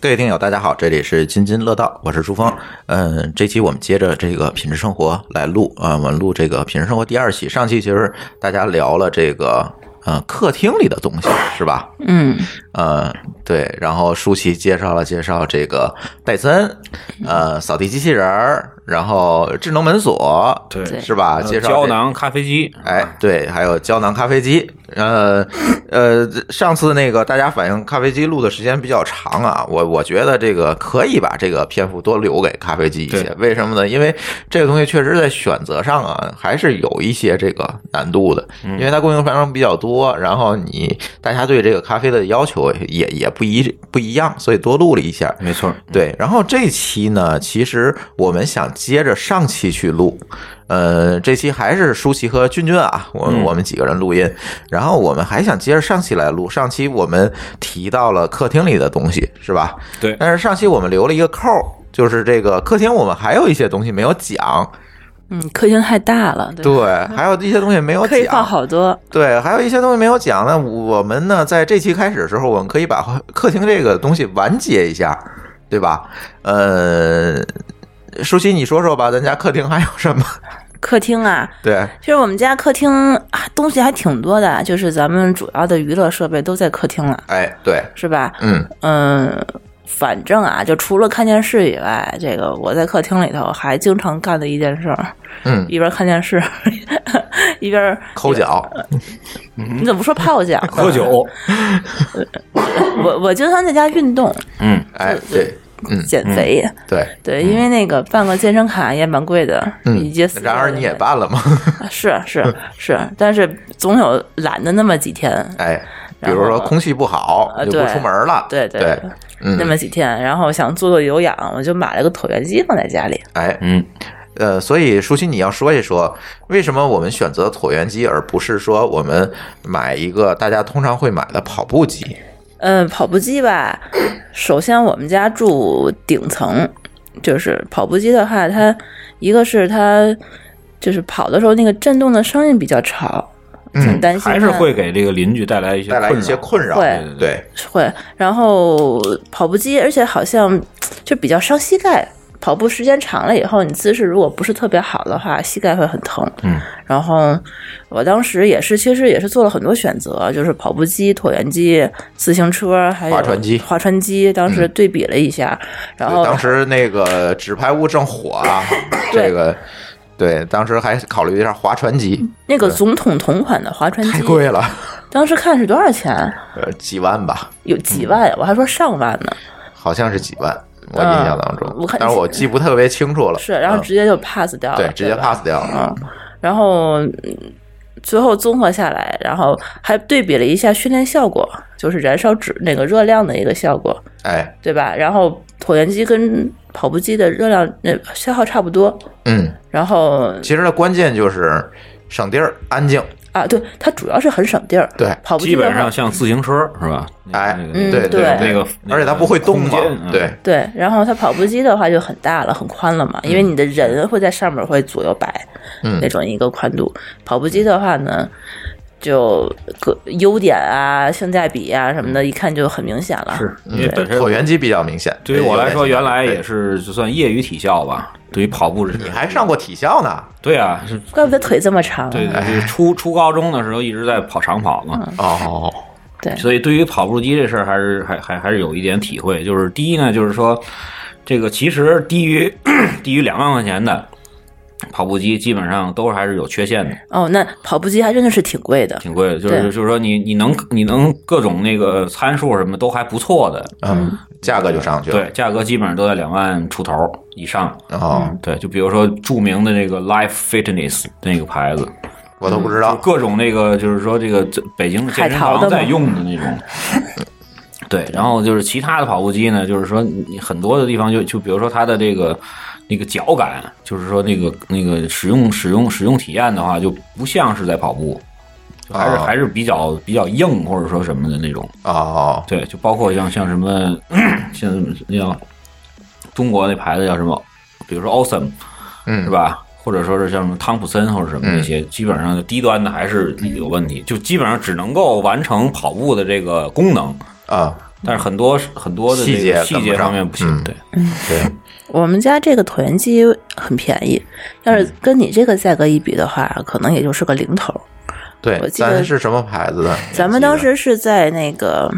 各位听友，大家好，这里是津津乐道，我是朱峰。嗯，这期我们接着这个品质生活来录啊、我们录这个品质生活第二期。上期其实大家聊了这个呃客厅里的东西，是吧？嗯，呃，对。然后舒淇介绍了介绍这个戴森，呃，扫地机器人儿，然后智能门锁，对对是吧？呃介绍这胶囊咖啡机，哎，对，还有胶囊咖啡机，呃呃，上次那个大家反映咖啡机录的时间比较长啊，我我觉得这个可以把这个篇幅多留给咖啡机一些对，为什么呢？因为这个东西确实在选择上啊，还是有一些这个难度的，因为它供应商比较多，然后你大家对这个咖啡的要求也也不一不一样，所以多录了一下，没错，对，然后这期呢，其实我们想接着上期去录，呃，这期还是舒淇和君君啊，我们、我们几个人录音，然后我们还想接着上期来录，上期我们提到了客厅里的东西，是吧？对但是上期我们留了一个扣儿，就是这个客厅我们还有一些东西没有讲，嗯，客厅太大了，对吧，对，还有一些东西没有可以放讲，好多。对，还有一些东西没有讲呢。我们呢，在这期开始的时候，我们可以把客厅这个东西完结一下，对吧？呃，舒淇，你说说吧，咱家客厅还有什么？ 客厅啊，对，其实我们家客厅啊东西还挺多的，就是咱们主要的娱乐设备都在客厅了，哎，对，是吧？嗯，嗯，反正啊，就除了看电视以外，这个我在客厅里头还经常干的一件事儿，嗯一边看电视 一边抠脚，你怎么不说泡脚？ 喝酒，我我经常在家运动嗯，哎，呃对减嗯肥，对，对，因为那个办个健身卡也蛮贵的，嗯一节四。然而你也办了吗？啊是是嗯是，啊但是总有懒的那么几天， 哎，比如说然后空气不好，呃就不对出门了，对对对那么嗯，几天，然后想做做有氧，我就买了个椭圆机放在家里。哎，嗯，呃，所以舒淇，你要说一说，为什么我们选择椭圆机，而不是说我们买一个大家通常会买的跑步机？嗯，跑步机吧，首先我们家住顶层，就是跑步机的话，它一个是它就是跑的时候那个震动的声音比较吵，挺嗯担心它、嗯还是会给这个邻居带来一些带来一些扰困扰。会对，会，然后跑步机，而且好像就比较伤膝盖。跑步时间长了以后，你姿势如果不是特别好的话，膝盖会很疼。嗯，然后我当时也是，其实也是做了很多选择，就是跑步机、椭圆机、自行车，还有划船机嗯划船机。当时对比了一下，然后对当时那个纸牌屋正火 啊，对这个对，当时还考虑一下划船机，那个总统同款的划船机太，贵了，当时看是多少钱？呃，几万吧，有几嗯万，我还说上万呢。好像是几万，我印象当中，嗯我看但是我记不特别清楚了。是，然后嗯直接就 pass 掉了，对直接吧 pass 掉了。嗯，然后嗯最后综合下来，然后还对比了一下训练效果，就是燃烧脂那个热量的一个效果，哎，对吧？然后椭圆机跟跑步机的热量那消耗差不多，嗯，然后其实它关键就是省地儿、安静。啊，对，它主要是很省地儿，对跑嗯步基机的本话上。像自行车是吧？哎那个嗯对对那个，那而且它个不会动空嘛间，嗯对，对，然后它跑步机的话就很大了，很宽了嘛，因为你的人会在上面会左右摆，嗯那种一个宽度。跑步机的话呢，就各优点啊、性价比啊什么的，一看就很明显了。是嗯因为本身椭圆机比较明显。对于我来说，原来也是，是就算业余体校吧。对于跑步，你还上过体校呢？对啊，是怪不得腿这么长。啊对哎哎对对，初初高中的时候一直在跑长跑嗯嘛，哦，对所以对于跑步机这事儿还是还还还是有一点体会。 就是第一呢，就是说这个其实低于低于两万块钱的，跑步机基本上都还是有缺陷的，哦，那跑步机还真的是挺贵的。挺贵的。就对是就是说你你能你能各种那个参数什么都还不错的，嗯，价格就上去了。对，价格基本上都在两万出头以上。哦，嗯对，就比如说著名的那个 Life Fitness 那个牌子，我都不知就道。各种那个就是说这个这北京的健身海淘的房吗在用的那 种。对，然后就是其他的跑步机呢，就是说你很多的地方就就比如说它的这个那个脚感，就是说那个那个使用使用使用体验的话，就不像是在跑步，就还是、哦还是比较比较硬或者说什么的那种。哦，对，就包括像像什么，像什么叫中国那牌子叫什么，比如说 Awesome 嗯是吧？或者说是像什么汤普森或者什么那些，基本上低端的还是有问题，就基本上只能够完成跑步的这个功能，啊，但是很多很多的这细节个跟不细节上方面不行。嗯对， 对，我们家这个椭圆机很便宜，要是跟你这个价格一比的话，可能也就是个零头。对，我记得咱是什么牌子的？咱们当时是在那个，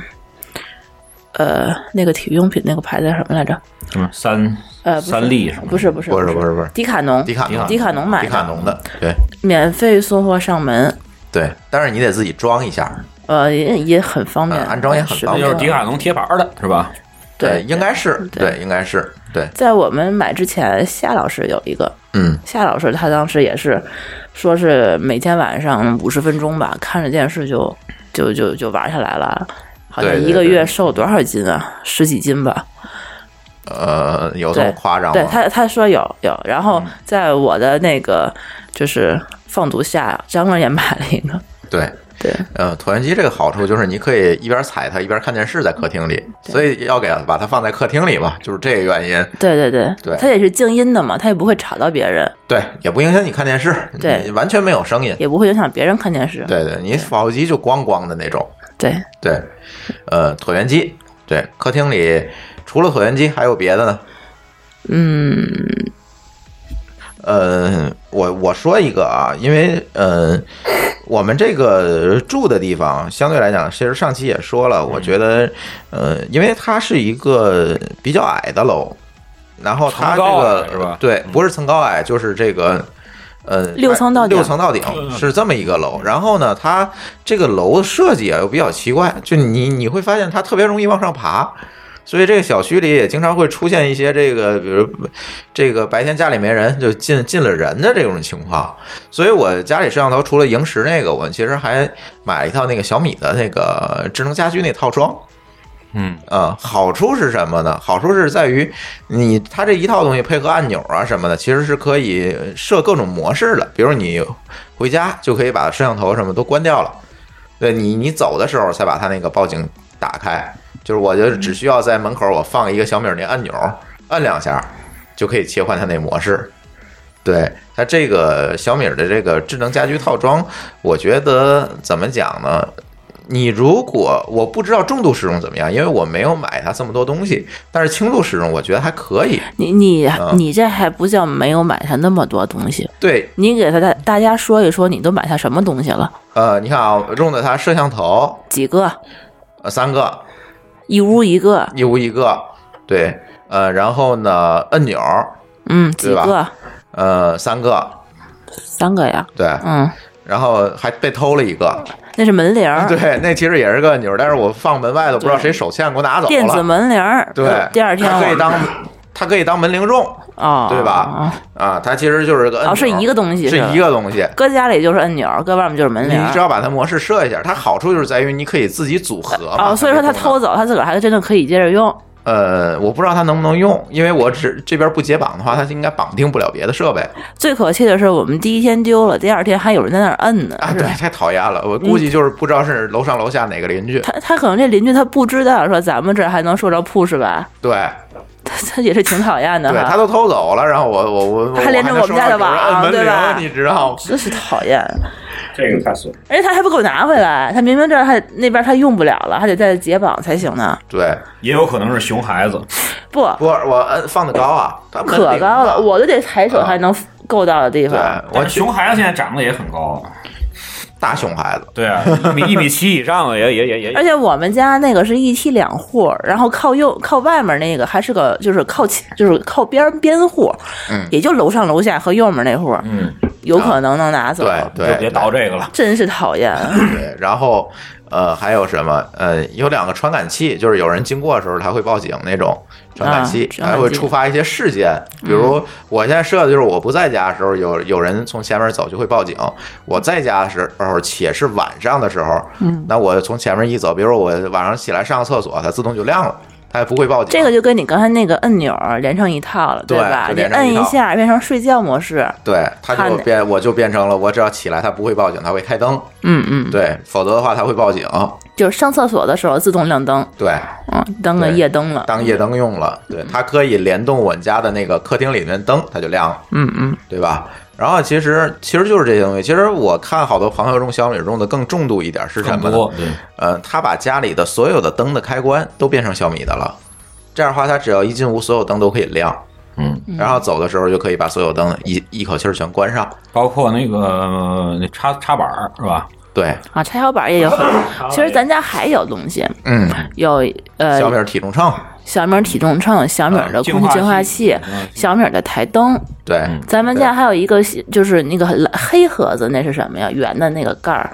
呃，那个体育用品那个牌子叫什么来着？什么三呃，不是三力什么的不是不是不是不是不是迪卡侬，迪卡侬迪卡侬买迪卡的，侬的，对免费送货上门，对，但是你得自己装一下。呃，也也很方便，嗯安装也很是方那便就是迪卡侬贴牌儿的是吧？对，应该是对对，应该是对，在我们买之前，夏老师有一个，嗯，夏老师他当时也是说是每天晚上五十分钟吧，看着电视就就就就玩下来了，好像对对一个对月瘦多少斤啊？十几斤吧。呃，有这么对夸张对吗？他他说有有，然嗯后在我的那个就是放逐下，张哥也买了一个，对。对，呃，椭圆机这个好处就是你可以一边踩它一边看电视，在客厅里，所以要给它把它放在客厅里嘛，就是这个原因。对对对，对它也是静音的嘛，它也不会吵到别人，对，也不影响你看电视，对你完全没有声音。也不会影响别人看电视。对对，你跑步机就光光的那种。对对，呃，椭圆机，对，客厅里除了椭圆机还有别的呢？嗯，呃，我我说一个啊，因为呃，我们这个住的地方相对来讲，其实上期也说了，我觉得呃，因为它是一个比较矮的楼，然后它这层高个矮是吧嗯对，不是层高矮，就是这个。呃，六层到顶六层到顶是这么一个楼。然后呢，它这个楼的设计啊又比较奇怪，就你你会发现它特别容易往上爬，所以这个小区里也经常会出现一些这个，比如这个白天家里没人就进进了人的这种情况。所以我家里摄像头除了萤石那个，我其实还买了一套那个小米的那个智能家居那套装。嗯啊、好处是什么呢？好处是在于你它这一套东西配合按钮啊什么的，其实是可以设各种模式的。比如你回家就可以把摄像头什么都关掉了，对你你走的时候才把它那个报警打开。就是我就只需要在门口我放一个小米儿那按钮，按两下就可以切换它那模式。对它这个小米儿的这个智能家居套装，我觉得怎么讲呢？你如果我不知道重度使用怎么样，因为我没有买它这么多东西，但是轻度使用我觉得还可以。你你、嗯你这还不叫没有买它那么多东西，对，你给他大大家说一说，你都买它什么东西了？呃，你看啊，用的它摄像头几个？呃三个，一屋一个，一屋一个，对，呃，然后呢按钮嗯，几对吧个？呃三个，三个呀，对，嗯，然后还被偷了一个，那是门铃儿，对，那其实也是个按钮，但是我放门外头，不知道谁手欠给我拿走 电子了。门铃儿。呃对，第二天它我可以当它可以当门铃用哦，对吧啊，它其实就是个按钮，哦，是一个东西，是吧一个东西。搁家里就是按钮，搁外面就是门你铃儿。只要把它模式设一下，它好处就是在于你可以自己组合嘛。哦，所以说他它这功偷能走，他自个儿还真的可以接着用。呃，我不知道它能不能用，因为我只这边不解绑的话，它应该绑定不了别的设备最可气的是，我们第一天丢了，第二天还有人在那儿摁呢。啊。对，太讨厌了，我估计就是不知道是楼上楼下哪个邻居。嗯他他可能这邻居他不知道说咱们这儿还能收着 push 吧， 对，他他也是挺讨厌的对，他哈，都偷走了，然后我我我我还连着我们家的网还啊能收到有人按门铃对吧你知道吗？真是讨厌。这个太损。而且他还不给我拿回来，他明明这儿还那边他用不了了，还得再解绑才行呢。对，也有可能是熊孩子，不，不，我按放的高啊，它门铃啊可高嘛了，我都得抬手才能够到的地对方。，我但是熊孩子现在长得也很高啊，大熊孩子，对啊，一米一米七以上的也也也也而且我们家那个是一梯两户，然后靠右靠外面那个还是个就是靠前就是靠边边户，嗯啊也就楼上楼下和右面那户，嗯，有可能能拿走，对对，就别倒这个了。真是讨厌。对，然后呃还有什么？呃，有两个传感器，就是有人经过的时候他会报警那种传感器啊，传还感器会触发一些事件。比如我现在设的就是我不在家的时候，有有人从前面走就会报警；我在家的时候，且是晚上的时候，嗯那我从前面一走，比如我晚上起来上个厕所，它自动就亮了，它也不会报警。这个就跟你刚才那个摁钮儿连成一套了，对吧？就你连成摁一套一下变成睡觉模式，对，它看就的变，我就变成了我只要起来，它不会报警，它会开灯。嗯嗯，对，否则的话它会报警。就是上厕所的时候自动亮灯，对，嗯，当个对夜灯了，当夜灯用了，对，它可以联动我们家的那个客厅里面灯，它就亮了，嗯嗯，对吧？然后其实其实就是这些东西。其实我看好多朋友用小米用的更重度一点是什么更呢？多对，呃，他把家里的所有的灯的开关都变成小米的了。这样的话，他只要一进屋，所有灯都可以亮，嗯，然后走的时候就可以把所有灯一一口气儿全关上。包括那个呃那插插板儿是吧？对，啊，插小板儿也有很，其实咱家还有东西，嗯，有呃小米体重秤，小米儿体重秤、小米儿的空啊气净化器嗯净化器、小米儿的台灯。对，咱们家还有一个就是那个很蓝黑盒子，那是什么呀？圆的那个盖儿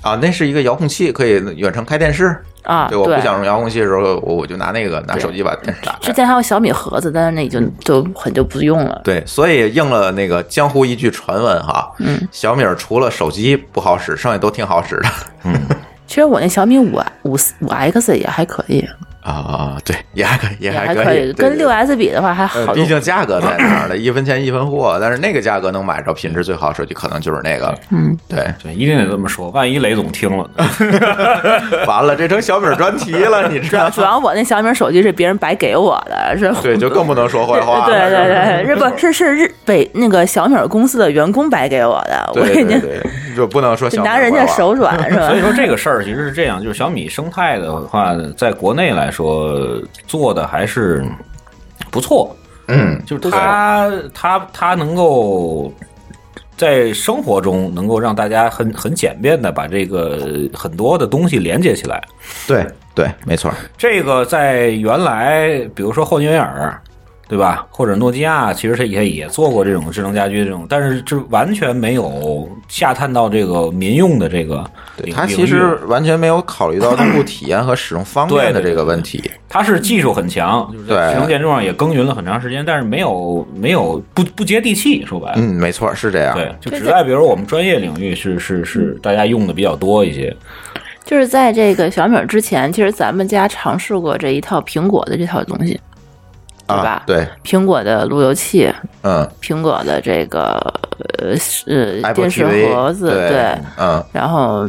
啊，那是一个遥控器，可以远程开电视。啊，对，我不想用遥控器的时候，我我就拿那个拿手机把电视打开。之前还有小米盒子，但是那已经就很久不用了。对，所以应了那个江湖一句传闻哈，嗯，小米儿除了手机不好使，剩下都挺好使的。其实我那小米五五五 X 也还可以，啊，对，也还可以，也也还还可可以，对跟六。对 S 比的话还呃好毕用。竟价格在那儿了，一分钱一分货，但是那个价格能买着品质最好的手机，可能就是那个了。嗯，对，对，一定得这么说，万一雷总听 了，完了，这成小米儿专题了，你知道主？要我那小米手机是别人白给我的，是 对，就更不能说坏话了。对对对，日本是是日北那个小米儿公司的员工白给我的，我对已对经对对，就不能说就小米儿拿人家坏话手软是吧所以？说这个事儿其实是这样，就是小米生态的话，在国内来说做的还是不错，嗯，就是它它它能够。在生活中能够让大家很很简便的把这个很多的东西连接起来，对对，没错儿，这个在原来，比如说霍尼韦尔，对吧？或者诺基亚，其实它也也做过这种智能家居这种，但是这完全没有下探到这个民用的这个领域。它其实完全没有考虑到用户体验和使用方面的这个问题。它是技术很强，就是在对智能建筑上也耕耘了很长时间，但是没有没有不不接地气，说白了。嗯，没错儿，是这样。对，就只在比如我们专业领域是是是嗯大家用的比较多一些，就是在这个小米儿之前，其实咱们家尝试过这一套苹果的这套东西，对吧啊，对，苹果的路由器，嗯苹果的这个呃是呃，Apple 电视 TV 盒子，对，对，嗯，然后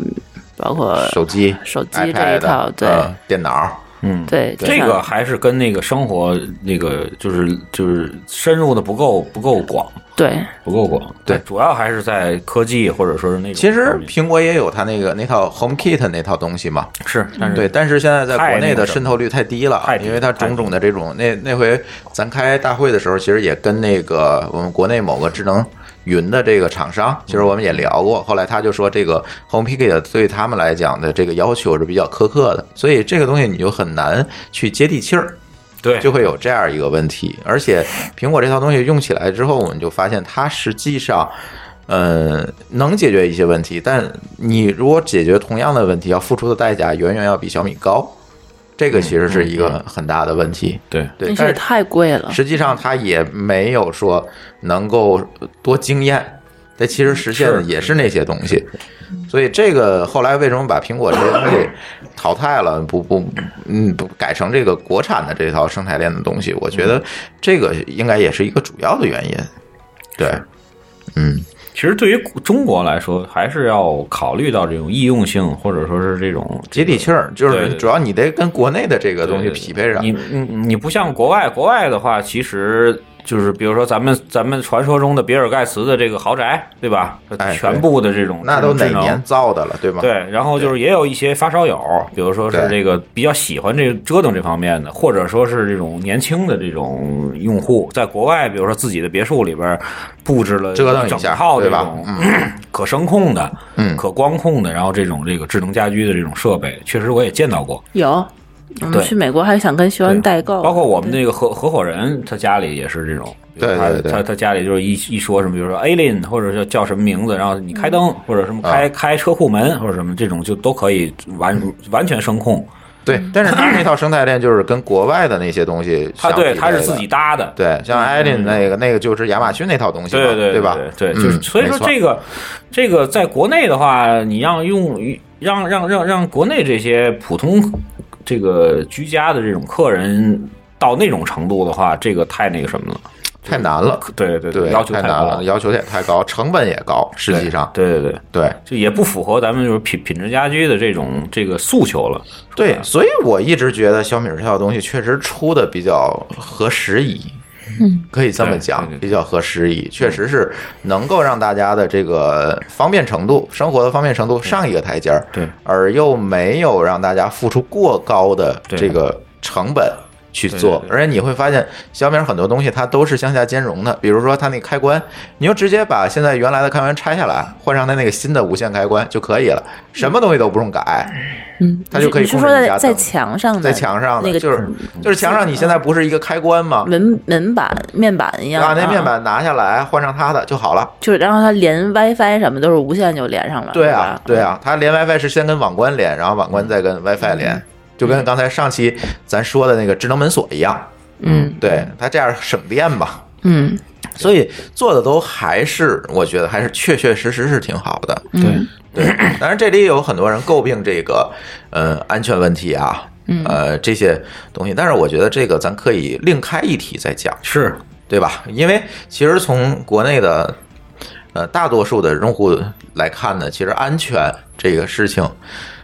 包括手机、手机 iPad 这一套，对嗯电脑，嗯，对，这个还是跟那个生活那个就是就是深入的不够不够广，对不够广，对嗯主要还是在科技或者说是那种其实方面苹果也有它那个那套 HomeKit 那套东西嘛，是，但是对，但是现在在哎太国内那个的什么渗透率太低了太，低因为它太低种种的这种那那回咱开大会的时候，其实也跟那个我们国内某个智能云的这个厂商，其实我们也聊过，后来他就说这个 HomeKit 对他们来讲的这个要求是比较苛刻的，所以这个东西你就很难去接地气儿。对就会有这样一个问题。而且苹果这套东西用起来之后，我们就发现它实际上，呃，能解决一些问题，但你如果解决同样的问题，要付出的代价远远要比小米高。这个其实是一个很大的问题，对对，那嗯但是是太贵啊了，实际上它也没有说能够多惊艳，它其实实现的嗯是也是那些东西。所以这个后来为什么把苹果这些东西淘汰了，不不，嗯，不改成这个国产的这套生态链的东西？我觉嗯得这个应该也是一个主要的原因。对，嗯，其实对于中国来说，还是要考虑到这种易用性，或者说是这种呃接地气儿就对对是对主要你得跟国内的这个东西匹配上你。你你不像国外，国外的话，其实就是比如说咱们咱们传说中的比尔盖茨的这个豪宅，对吧？哎全部的这种那都哪智能年造的了，对吗？对，然后就是也有一些发烧友，比如说是对这个比较喜欢这个折腾这方面的，或者说是这种年轻的这种用户，在国外，比如说自己的别墅里边布置了折腾一整下套这对吧嗯种 可声控的、可光控的，然后这种这个智能家居的这种设备，确实我也见到过。有，我们对去美国还想跟学对生代购，包括我们那个合合伙人，他家里也是这种。比如对他对对他他家里就是一一说什么，比如说 Alien，或者是叫什么名字，然后你开灯，嗯或者什啊么开、开车库门，或者什么这种，就都可以完完全声控。对，但嗯是他那套生态链就是跟国外的那些东西他相匹配对的，他是自己搭的，对，像艾琳那个那个就是亚马逊那套东西嘛，嗯对对吧？对，嗯就是所以说没错这个这个在国内的话，你让用让让让让国内这些普通这个居家的这种客人到那种程度的话，这个太那个什么了，太难了，对对对，要求太难高了，要求也太高，成本也高，实际上，对对对，对就也不符合咱们就是品品质家居的这种这个诉求了。对，所以我一直觉得小米这套东西确实出的比较合时宜。嗯，可以这么讲对嗯对，对比较合时宜，确实是能够让大家的这个方便程度、生活的方便程度嗯上一个台阶儿，对，而又没有让大家付出过高的对这个成本去做对对，对而且你会发现，小米很多东西它都是向下兼容的，比如说它那开关，你就直接把现在原来的开关拆下来，换上它那个新的无线开关就可以了，什么东西都不用改，嗯，它就可以你是控你是制说你家在灯在墙上的，在墙上的，那个嗯啊就是就是墙上你现在不是一个开关吗？门门板面板一样，啊把啊那面，板拿下来，换上它的就好了。就是然后它连 WiFi 什么都是无线就连上了，对嗯是啊吧，对，啊，它连 WiFi 是先跟网关连，然后网关再跟 WiFi 连，就跟刚才上期咱说的那个智能门锁一样。嗯对，它这样省电嘛。嗯所以做的都还是，我觉得还是确确实实是挺好的。嗯，对，当然这里也有很多人诟病这个，呃，安全问题啊，呃，这些东西。但是我觉得这个咱可以另开一题再讲。是，对吧？因为其实从国内的呃大多数的用户来看呢，其实安全这个事情，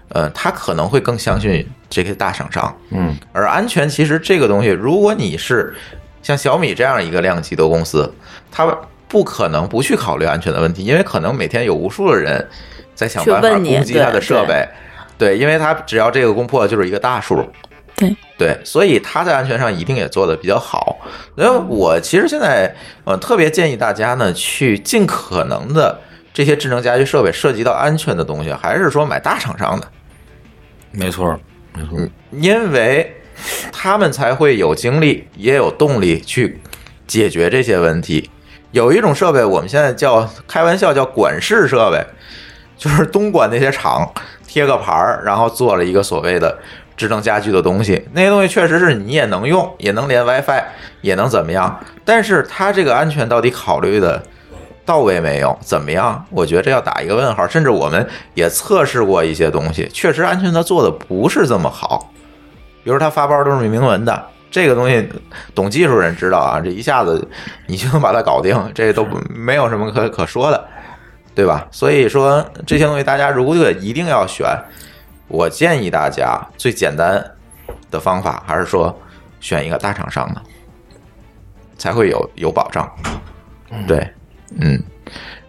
呃，他可能会更相信这些大厂商。嗯，而安全其实这个东西，如果你是像小米这样一个量级的公司，它不可能不去考虑安全的问题，因为可能每天有无数的人在想去办法问你攻击它的对设对备。对，因为它只要这个攻破就是一个大数，对，对，所以他在安全上一定也做得比较好。所以我其实现在呃特别建议大家呢，去尽可能的这些智能家居设备涉及到安全的东西，还是说买大厂商的，没错，没错，因为他们才会有精力也有动力去解决这些问题。有一种设备，我们现在叫开玩笑叫管式设备，就是东莞那些厂贴个牌儿，然后做了一个所谓的智能家居的东西。那些东西确实是你也能用，也能连 WiFi，也能怎么样。但是它这个安全到底考虑的到位没有？怎么样？我觉得这要打一个问号。甚至我们也测试过一些东西，确实安全它做的不是这么好。比如它发包都是明文的，这个东西懂技术人知道啊，这一下子你就能把它搞定，这都不没有什么可可说的，对吧？所以说这些东西大家如果一定要选，我建议大家最简单的方法还是说选一个大厂商的，才会有有保障。对，嗯。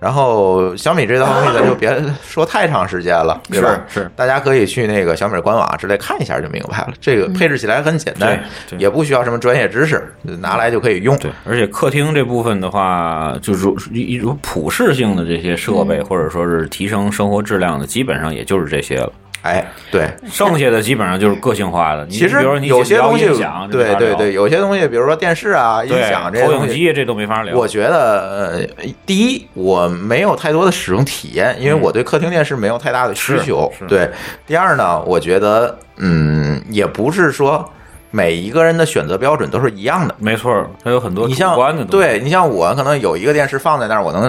然后小米这套东西咱就别说太长时间了，对吧？是是大家可以去那个小米官网之类看一下就明白了。这个配置起来很简单，嗯对对也不需要什么专业知识，拿来就可以用。对，而且客厅这部分的话，就是一一种普适性的这些设备，或者说是提升生活质量的，基本上也就是这些了。哎，对，剩下的基本上就是个性化的。你其实比如说你有些东西音响，，这没对法对聊对，，有些东西，比如说电视啊、音对响这些投东影西。机这都没法聊。我觉得，呃，第一，我没有太多的使用体验，因为我对客厅电视没有太大的需求嗯是。是对，第二呢，我觉得，嗯，也不是说每一个人的选择标准都是一样的。没错，它有很多你主像观的东西。对你像我可能有一个电视放在那儿，我能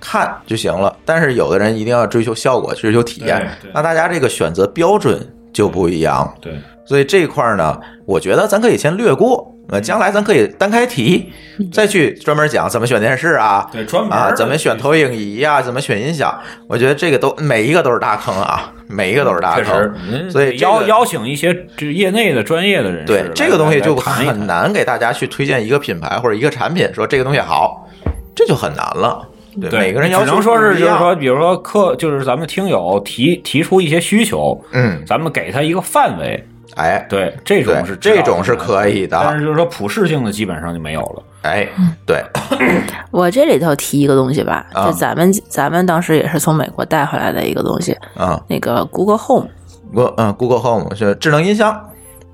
看就行了。但是有的人一定要追求效果，追求体验对对。那大家这个选择标准就不一样。对所以这一块儿呢，我觉得咱可以先略过。呃，将来咱可以单开题，再去专门讲怎么选电视啊，对专门啊儿，的怎么选投影仪呀、怎么选音响。我觉得这个都每一个都是大坑啊，每一个都是大确坑，实，嗯所以这邀个邀请一些就是业内的专业的人士来，对这个东西来就谈一谈很难给大家去推荐一个品牌或者一个产品，说这个东西好，这就很难了。对，对，每个人要只求能说是不一就是样说，，比如说客，就是咱们听友提提出一些需求，嗯，咱们给他一个范围，哎，对，这种对是这种是知道的啊嗯可以的但是就是说普适性的基本上就没有了。哎，对，我这里头提一个东西吧，啊就咱们咱们当时也是从美国带回来的一个东西，嗯那个 Google Home。 ，Go 嗯，Google Home 是智能音箱，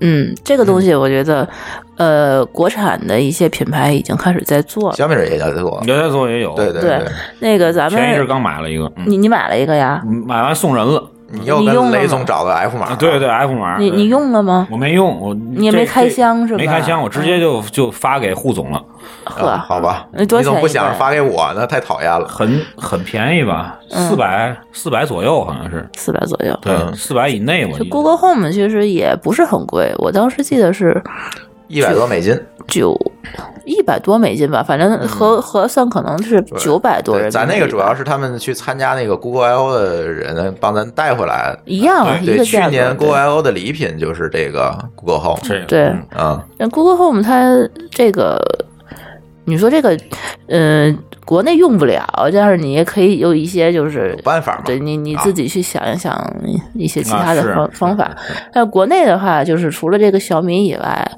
嗯，这个东西我觉得，呃，国产的一些品牌已经开始在做了。小米儿也叫做，原来做也有，对对对对，那个咱前一阵们，刚买了一个，嗯你你买了一个呀？买完送人了。啊你又你跟用了雷吗总找个 F 码，对对，F 码，你你用了吗？我没用，我你也没这开箱是吧嗯没开箱，我直接就就发给护总了，啊，呵，好吧，那多少你怎么不钱一个想呀着发给我呢？太讨厌了。很很便宜吧，嗯四百四百左右好像是，四百左右。对，嗯四百以内我就记得 Google Home 其实也不是很贵，我当时记得是一百多美金，九一百多美金吧，反正合合算可能是九百多人嗯对，民币。咱那个主要是他们去参加那个 Google I/O 的人帮咱带回来。一样啊，一对，个去价格。年 Google 对 I/O 的礼品就是这个 Google Home，这个对嗯嗯，那 Google Home 它这个，你说这个，嗯、国内用不了，但是你也可以有一些就是有办法嘛对你你啊自己去想一想一些其啊他的是方、方法。那国内的话，就是除了这个小米以外，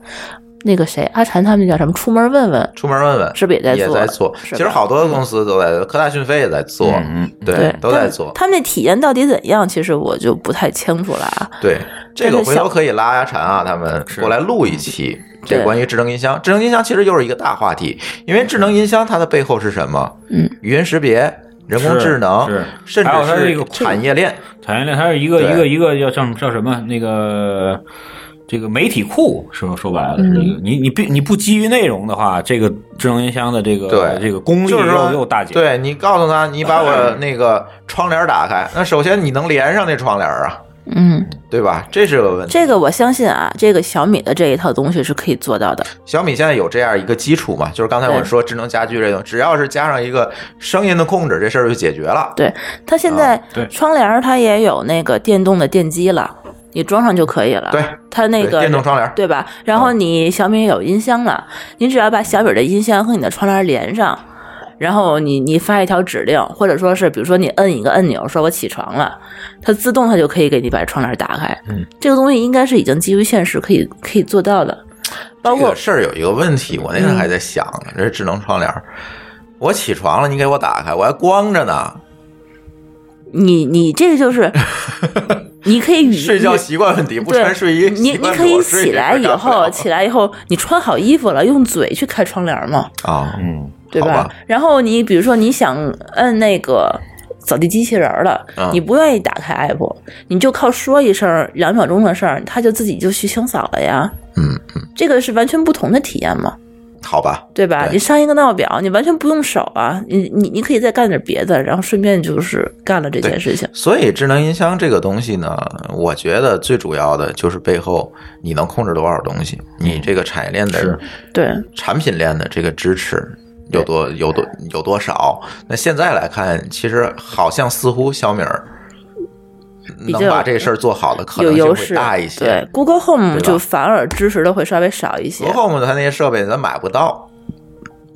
那个谁阿禅他们叫什么？出门问问。出门问问是不是也在也做在做，是其吧实好多公司都在做，科大讯飞也在做，嗯对，都但在是做。他们那体验到底怎样？其实我就不太清楚了啊。对，这个但是回小嗯头可以拉阿禅啊，他们是过来录一期，这对关于智能音箱。智能音箱其实又是一个大话题，因为智能音箱它的背后是什么？嗯，语音识别、人工是智能是，甚还有它至这是个产业链。产业链，它是一个对一个一个叫叫叫什么那个这个媒体库，说说白了是一个，你你必你不基于内容的话，这个智能音箱的这个对这个功力就是又说，又大减。对你告诉他，你把我那个窗帘打开，那首先你能连上那窗帘啊，嗯，对吧？这是个问题。这个我相信啊，这个小米的这一套东西是可以做到的。小米现在有这样一个基础嘛，就是刚才我对说智能家居这种，只要是加上一个声音的控制，这事儿就解决了。对，它现啊在对窗帘儿它也有那个电动的电机了，你装上就可以了。对它啊那对个电动窗帘儿对吧？然后你小米也有音箱了，你只要把小米的音箱和你的窗帘儿连上。然后你你发一条指令，或者说是比如说你摁一个按钮，说我起床了，它自动它就可以给你把窗帘儿打开。嗯，这个东西应该是已经基于现实可以可以做到的，包这括嗯个事儿有一个问题，我那天还在想呢，这智能窗帘儿，我起床了，你给我打开，我还光着呢，你你这个就是 你可以语睡觉习惯问题，不对，穿睡衣你习你惯可裸以睡起来以后，起来来以后你穿好衣服了，用嘴去开窗帘嘛，啊，嗯，对好吧？吧然后你比如说你想摁那个扫地机器人儿了，嗯你不愿意打开 app，你就靠说一声两秒钟的事儿，它就自己就去清扫了呀。嗯，这个是完全不同的体验嘛，好吧，对吧？对你上一个闹表，你完全不用手啊，你你你可以再干点别的，然后顺便就是干了这件事情。所以智能音箱这个东西呢，我觉得最主要的就是背后你能控制多少东西，你这个产业链的是对，产品链的这个支持。有多有多有多少？那现在来看，其实好像似乎小米儿比较能把这事儿做好的可有能性优会势大一些。对，Google Home 对吧就反而支持的会稍微少一些。国 Home 它那些设备咱买不到，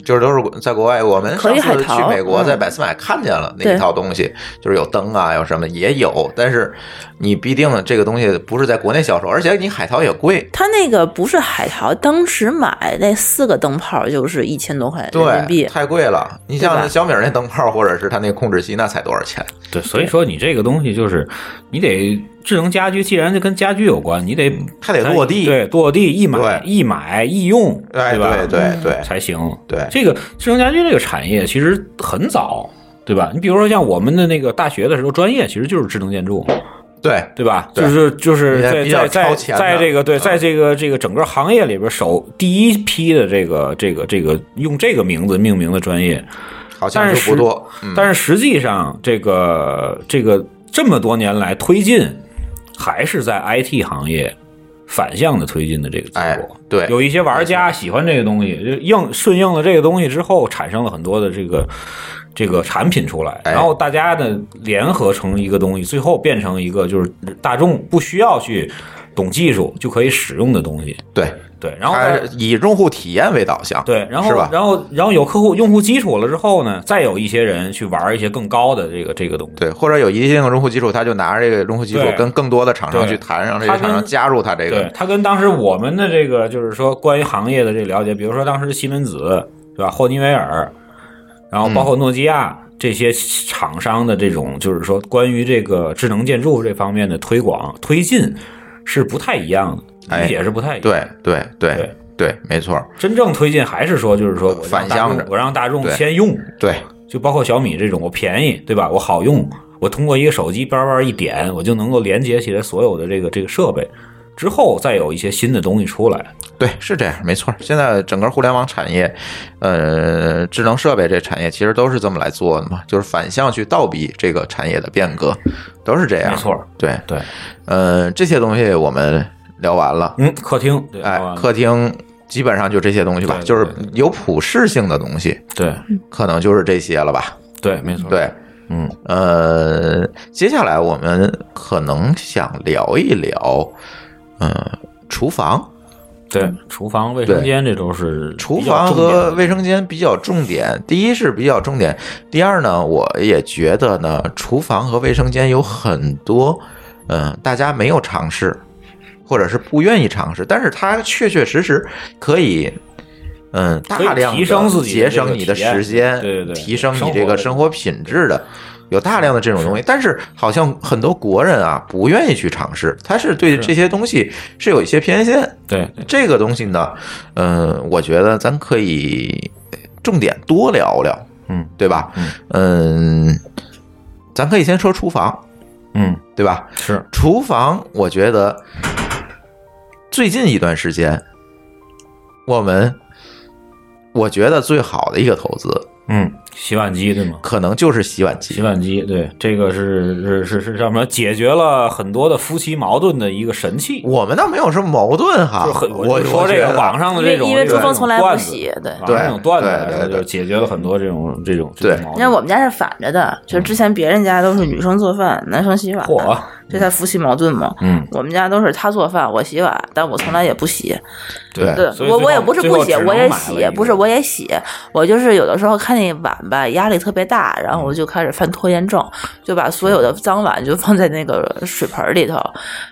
就是都是在国外。我们可上以海次淘去美国，嗯在百思买看见了那对一套东西，就是有灯啊，有什么也有，但是你必定这个东西不是在国内销售，而且你海淘也贵。他那个不是海淘，当时买那四个灯泡就是一千多块人民对，币。太贵了。你对吧像小米儿那灯泡，或者是它那控制器，那才多少钱？对，所以说你这个东西就是，你得智能家居，既然就跟家居有关，你得它得落地对，落地一买对一买一用，哎，吧？嗯对对对，才行。对这个智能家居这个产业其实很早，对吧？你比如说像我们的那个大学的时候，专业其实就是智能建筑，对对吧？对就是就也是在比较在在超前的在这个对，嗯在这个这个整个行业里边，首第一批的这个这个这个用这个名字命名的专业，好像但就是不多。嗯但是实际上这个这个这么多年来推进，还是在 IT 行业。反向的推进的这个结果。哎对有一些玩家喜欢这个东西，就应顺应了这个东西之后，产生了很多的这个这个产品出来，哎然后大家呢联合成一个东西，最后变成一个就是大众不需要去懂技术就可以使用的东西。对，对，然后它呢以用户体验为导向，对，然后是吧？然后然后有客户用户基础了之后呢，再有一些人去玩一些更高的这个这个东西。对，或者有一定的用户基础，他就拿着这个用户基础对跟更多的厂商对去谈，让这些他跟厂商加入他这对个，它跟当时我们的这个就是说关于行业的这了解，比如说当时西门子对吧，霍尼韦尔，然后嗯包括诺基亚。这些厂商的这种，就是说关于这个智能建筑这方面的推广推进是不太一样的，哎理解是不太一样的。对对对对对，没错，真正推进还是说，就是说我让反大向众着我让大众对先用，对就包括小米这种，我便宜，对吧？我好用，我通过一个手机叭叭一点，我就能够连接起来所有的这个这个设备，之后再有一些新的东西出来。对，是这样，没错。现在整个互联网产业，呃，智能设备这产业其实都是这么来做的嘛，就是反向去倒逼这个产业的变革，都是这样。没错，对，对，呃，这些东西我们聊完了，嗯，客厅，对，哎好，吧客厅基本上就这些东西吧，对对就是对有普适性的东西，对，可能就是这些了吧。对，没错，，对，嗯，呃，接下来我们可能想聊一聊，呃，厨房。对，厨房、卫生间这都是厨比较房重点和的卫生间比较重点，第一是比较重点，第二呢，我也觉得呢，厨房和卫生间有很多，嗯、大家没有尝试，或者是不愿意尝试，但是它确确实实可以。嗯，可以大量地提升自己节的这个省你的体验时间，对对对提升你生这活个的生活品质的，有大量的这种东西。但是好像很多国人啊不愿意去尝试，他是对这些东西是有一些偏见，对，这个东西呢，嗯、我觉得咱可以重点多聊聊，嗯对吧？嗯、咱可以先说厨房，嗯，对吧？是厨房，我觉得最近一段时间，我们我觉得最好的一个投资，嗯，洗碗机对吗？可能就是洗碗洗机。碗机，对，这个是是是是叫什么？解决了很多的夫妻矛盾的一个神器。我们倒没有什么矛盾哈，就很我就说这我觉个得网上的因为这种因为这种厨房从来不段子洗对网上这种段子对来对说对就解决了很多这种这种对这种矛你看盾。我们家是反着的，就嗯是之前别人家都是女生做饭，男生洗碗，嚯这才夫妻矛盾嘛。嗯，我们家都是他做饭，我洗碗，但我从来也不洗。对对所以我，最我也后不是最不后洗，只能我也买了一洗个，不是我也洗，我就是有的时候看那碗吧，压力特别大，然嗯后我就开始犯拖延症，就把所有的脏碗就放在那个水盆里头，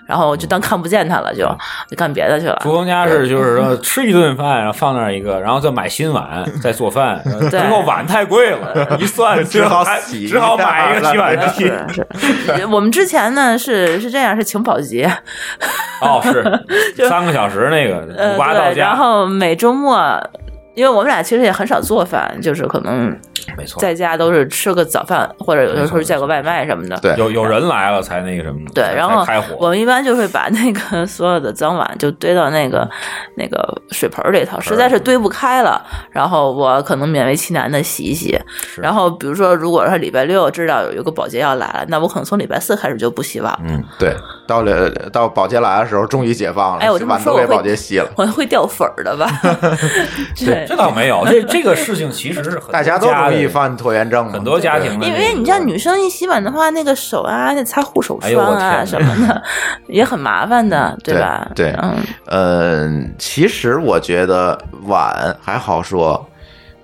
然后我就当看不见它了，就嗯就干别的去了。厨房家是就是说吃一顿饭，然后放那儿一个，然后再买新 碗，再做饭。然后最后碗太贵了，一算只好还洗只好买一个洗碗机。 是是，我们之前呢是是这样，是请保洁，哦， 是三个小时那个呃，五八到对，然家，后每周末，因为我们俩其实也很少做饭，就是可能没错。在家都是吃个早饭，或者有的时候叫个外卖什么的。对有有人来了才那个什么，对才然后才开我火。们一般就会把那个 所有的脏碗就堆到那个那个水盆儿里头，实在是堆不开了，然后我可能勉为其难的洗一洗。然后比如说，如果说礼拜六知道有一个保洁要来了，那我可能从礼拜四开始就不洗碗了。嗯对，到了到保洁来的时候，终于解放了，哎我这么碗说都给我会保洁洗了。 我会掉粉儿的吧？对这倒没 有，这这个事情其实是很多大家都家容易的犯拖延症嘛，很多家庭的那因个，为你知道，女生一洗碗的话，那个手啊，得擦护手哎呦霜我天啊哪什么的，也很麻烦的，吧？对对嗯，嗯，其实我觉得碗还好说，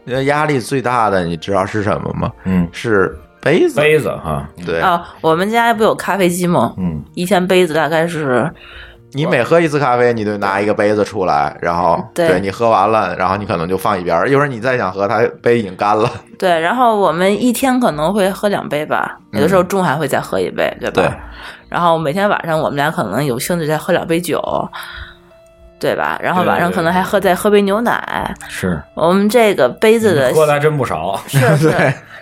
呃压力最大的你知道是什么吗？嗯，是杯子。杯子哈，对，啊，我们家不有咖啡机吗？嗯，一天杯子大概是，你每喝一次咖啡，你就拿一个杯子出来，然后对你喝完了，然后你可能就放一边儿，一会儿你再想喝，它杯已经干了。对，然后我们一天可能会喝两杯吧，有的时候中午还会再喝一杯，对吧？对然后每天晚上我们俩可能有兴致再喝两杯酒，对吧？然后晚上可能还喝再喝杯牛奶。是我们这个杯子的喝的还 真不少， 是是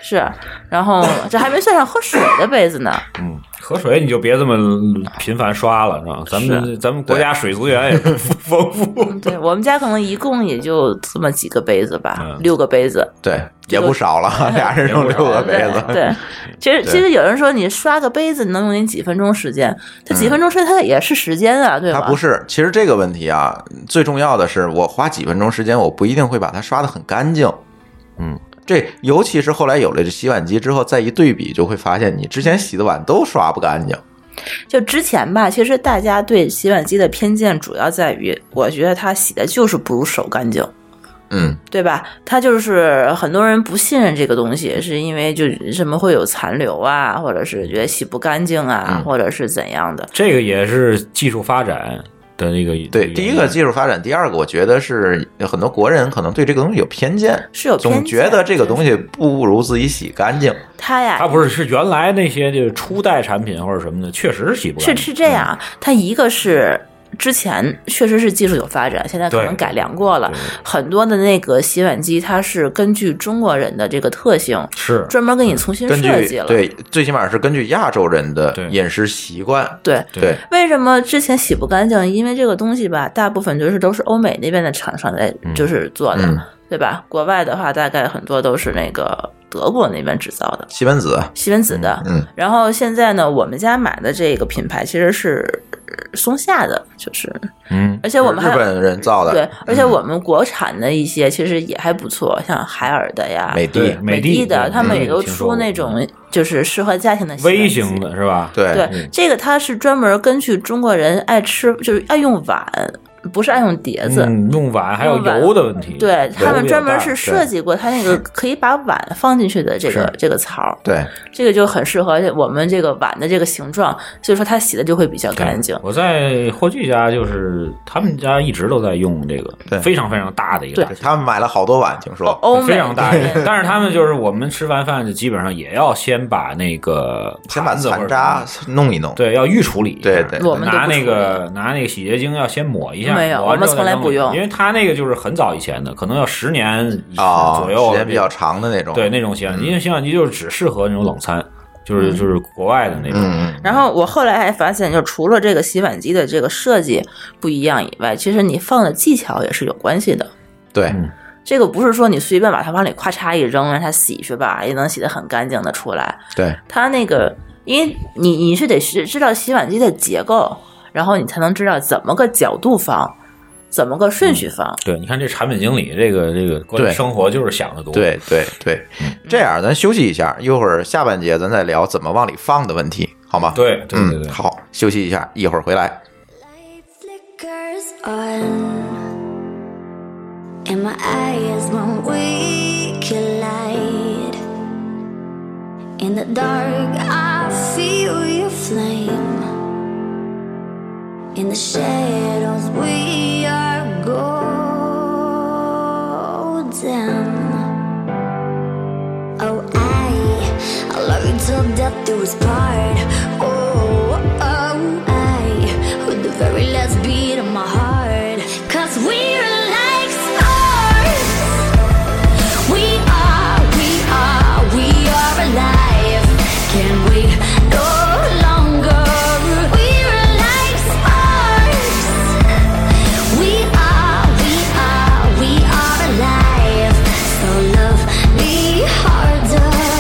是，然后这还没算上喝水的杯子呢。嗯，河水你就别这么嗯频繁刷了，是吧？咱们咱们国家水资源也 不丰富，对我们家可能一共也就这么几个杯子吧，嗯六个杯子。对，也不少 了，俩人用六个杯子，对， 其实其实有人说你刷个杯子能用你几分钟时间，它几分钟时间它也是时间啊，对嗯它吗？不是，其实这个问题啊，最重要的是我花几分钟时间，我不一定会把它刷的很干净。嗯，这尤其是后来有了这洗碗机之后，再一对比，就会发现你之前洗的碗都刷不干净。就之前吧，其实大家对洗碗机的偏见主要在于，我觉得它洗的就是不如手干净，嗯，对吧？它就是很多人不信任这个东西，是因为就什么会有残留啊，或者是觉得洗不干净啊，嗯或者是怎样的。这个也是技术发展的那个对，原因第一个技术发展，第二个我觉得是很多国人可能对这个东西有偏见，是有偏见总觉得这个东西不如自己洗干净。它呀，它不是是原来那些就是初代产品或者什么的，确实是洗不干是净。是这嗯样，它一个是之前确实是技术有发展，现在可对能改良过了对，很多的那个洗碗机它是根据中国人的这个特性，嗯是专门给你重新嗯根设据计了。对，最起码是根据亚洲人的对饮食习惯，对对，为什么之前洗不干净？因为这个东西吧，大部分就是都是欧美那边的厂商在就是做的，嗯对吧？国外的话，大概很多都是那个德国那边制造的西门子，西门子的。嗯，然后现在呢，我们家买的这个品牌其实是呃松下的，就是嗯，而且我们日还有本人造的，对，而且嗯我们国产的一些其实也还不错，像海尔的呀、美对的，美的，的，他们美也的都听说过嗯出那种就是适合家庭的洗碗微机型。的是吧？对对，嗯这个它是专门根据中国人爱吃，就是爱用碗，不是爱用碟子。嗯，用碗还有用碗油的问题，对他油们比较专门大是设计过它那个可以把碗放进去的这个是这个槽儿，对，这个就很适合我们这个碗的这个形状，所以说它洗的就会比较对干净。我在霍炬家，就是他们家一直都在用这对个，非常非常大的一个大对他们买了好多碗，听说。欧美非常大对一个， 但是他们就是我们吃完饭就基本上也要先把那个先把盘子或残者渣什么弄一弄。，对要预处理一下，对对我们都拿不那处个拿那个洗洁精要先抹一下，没有抹完我们之后从再来弄不用因为他那个就是很早以前的，可能要十年啊、左右时了间比较长嗯的那种。对那种洗碗机，因为洗碗机就是只适合那种冷餐，就是就是国外的那种，嗯，然后我后来还发现，就除了这个洗碗机的这个设计不一样以外，其实你放的技巧也是有关系的。对，嗯这个不是说你随便把它往里咔嚓一扔，让它洗去吧，也能洗得很干净的出来。对，它那个，因为你你是得是知道洗碗机的结构，然后你才能知道怎么个角度放，怎么个顺序放。对，你看这产品经理这个这个关于对生活就是想的多，对，对，对。这样，咱休息一下，一会儿下半节咱再聊怎么往里放的问题，好吗？对对对对嗯，好，休息一下，一会儿回来。 Light flickers on, and my eyes won't wake your light. In the dark, I feel your flame. In the shadows, we are golden. Oh, I, I love you till death do us part. Oh, oh, I, with the very last beat of my heart. Cause we're like stars. We are, we are, we are alive. Can we no longer? We're like stars. We are, we are, we are alive. So love me harder. Oh,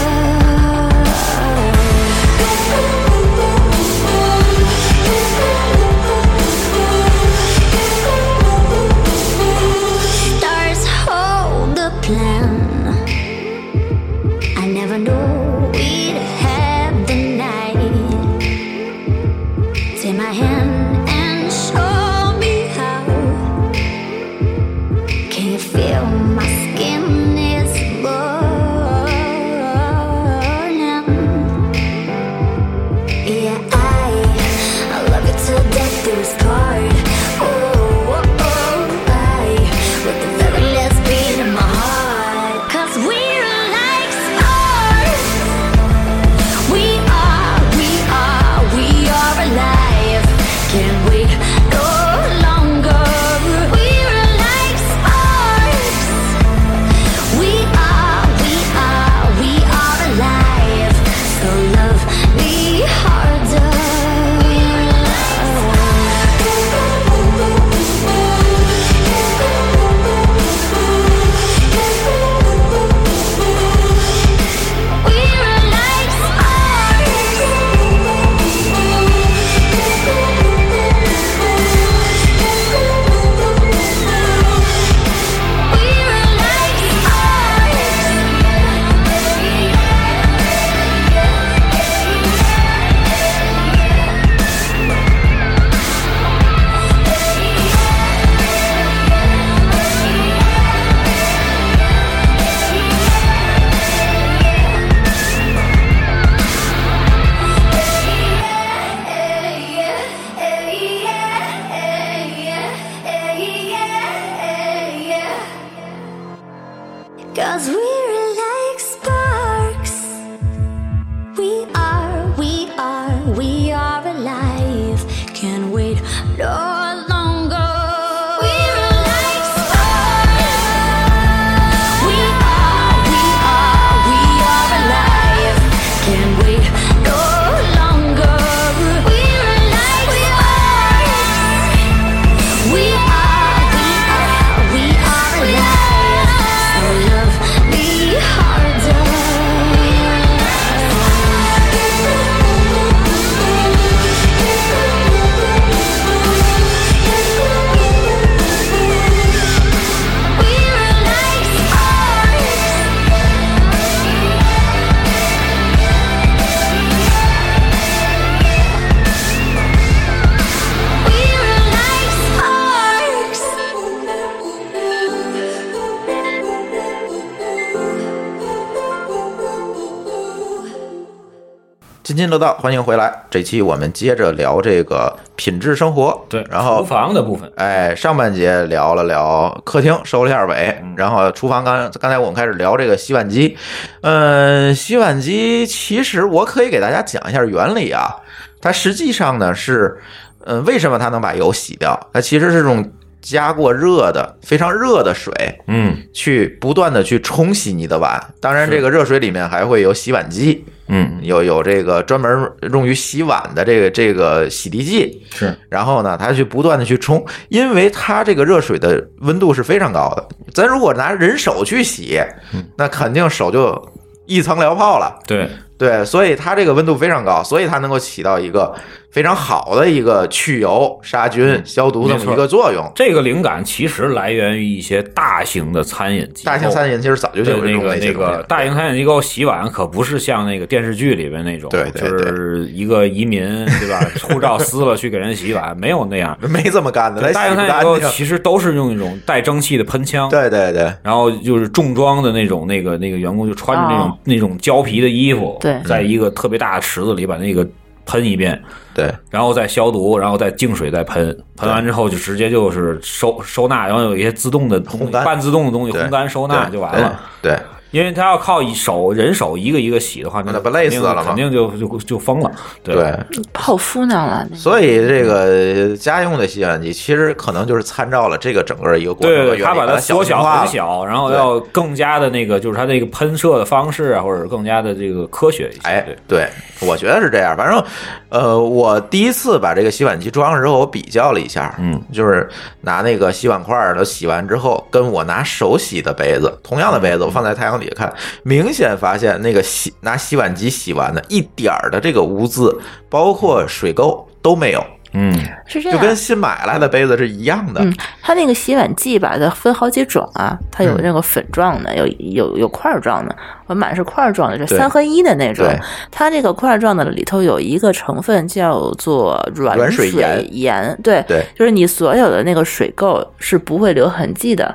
津津乐道，欢迎回来。这期我们接着聊这个品质生活，对，然后厨房的部分，哎，上半节聊了聊客厅，收了一下尾，然后厨房刚刚才我们开始聊这个洗碗机，嗯，洗碗机其实我可以给大家讲一下原理啊，它实际上呢是，嗯，为什么它能把油洗掉？它其实是种加过热的非常热的水，嗯去不断的去冲洗你的碗，当然这个热水里面还会有洗碗机，嗯有有这个专门用于洗碗的这个这个洗涤剂，是，然后呢，它去不断的去冲，因为它这个热水的温度是非常高的。咱如果拿人手去洗，嗯那肯定手就一层燎泡了。对，对，所以它这个温度非常高，所以它能够起到一个非常好的一个去油、杀菌、消毒这嗯没么错一个作用。这个灵感其实来源于一些大型的餐饮机构，大型餐饮其实早就对有这那种个类那型的个了大型餐饮机构洗碗可不是像那个电视剧里边那种，对对对就是一个移民对吧， 护照撕了去给人洗碗，没有 那样。没这么干的，它 大洗不型餐饮机干构净。其实都是用一种带蒸汽的喷枪，对对对，然后就是重装的那种那个那个员工就穿着那种、哦那种胶皮的衣服，对在一个特别大的池子里把那个喷一遍，对然后再消毒，然后再净水再喷，喷完之后就直接就是收收纳，然后有一些自动的东西烘干半自动的东西对烘干收纳对就完了。对，对因为他要靠一手人手一个一个洗的话，那不累死了吗肯定就就就疯了。对对，泡芙呢了，那个所以这个家用的洗碗机其实可能就是参照了这个整个一个过程的对，原他理，把它它缩小小型化了。很小，然后对要更加的那个，就是它这个喷射的方式啊，或者更加的这个科学一些。哎对，对，我觉得是这样。反正，呃，我第一次把这个洗碗机装上之后，我比较了一下，嗯，就是拿那个洗碗块儿的洗完之后，跟我拿手洗的杯子，同样的杯子，嗯我放在太阳底下看，明显发现那个洗拿洗碗机洗完的一点儿的这个污渍，包括水垢都没有，嗯，是这就跟样。新买来的杯子是一样的。嗯，它那个洗碗剂吧，它分好几种啊，它有嗯那个粉状的，有有有块儿状的，我买的是块儿状的，是对三合一的那种对。它这个块儿状的里头有一个成分叫做软软水盐盐，对，对就是你所有的那个水垢是不会留痕迹的。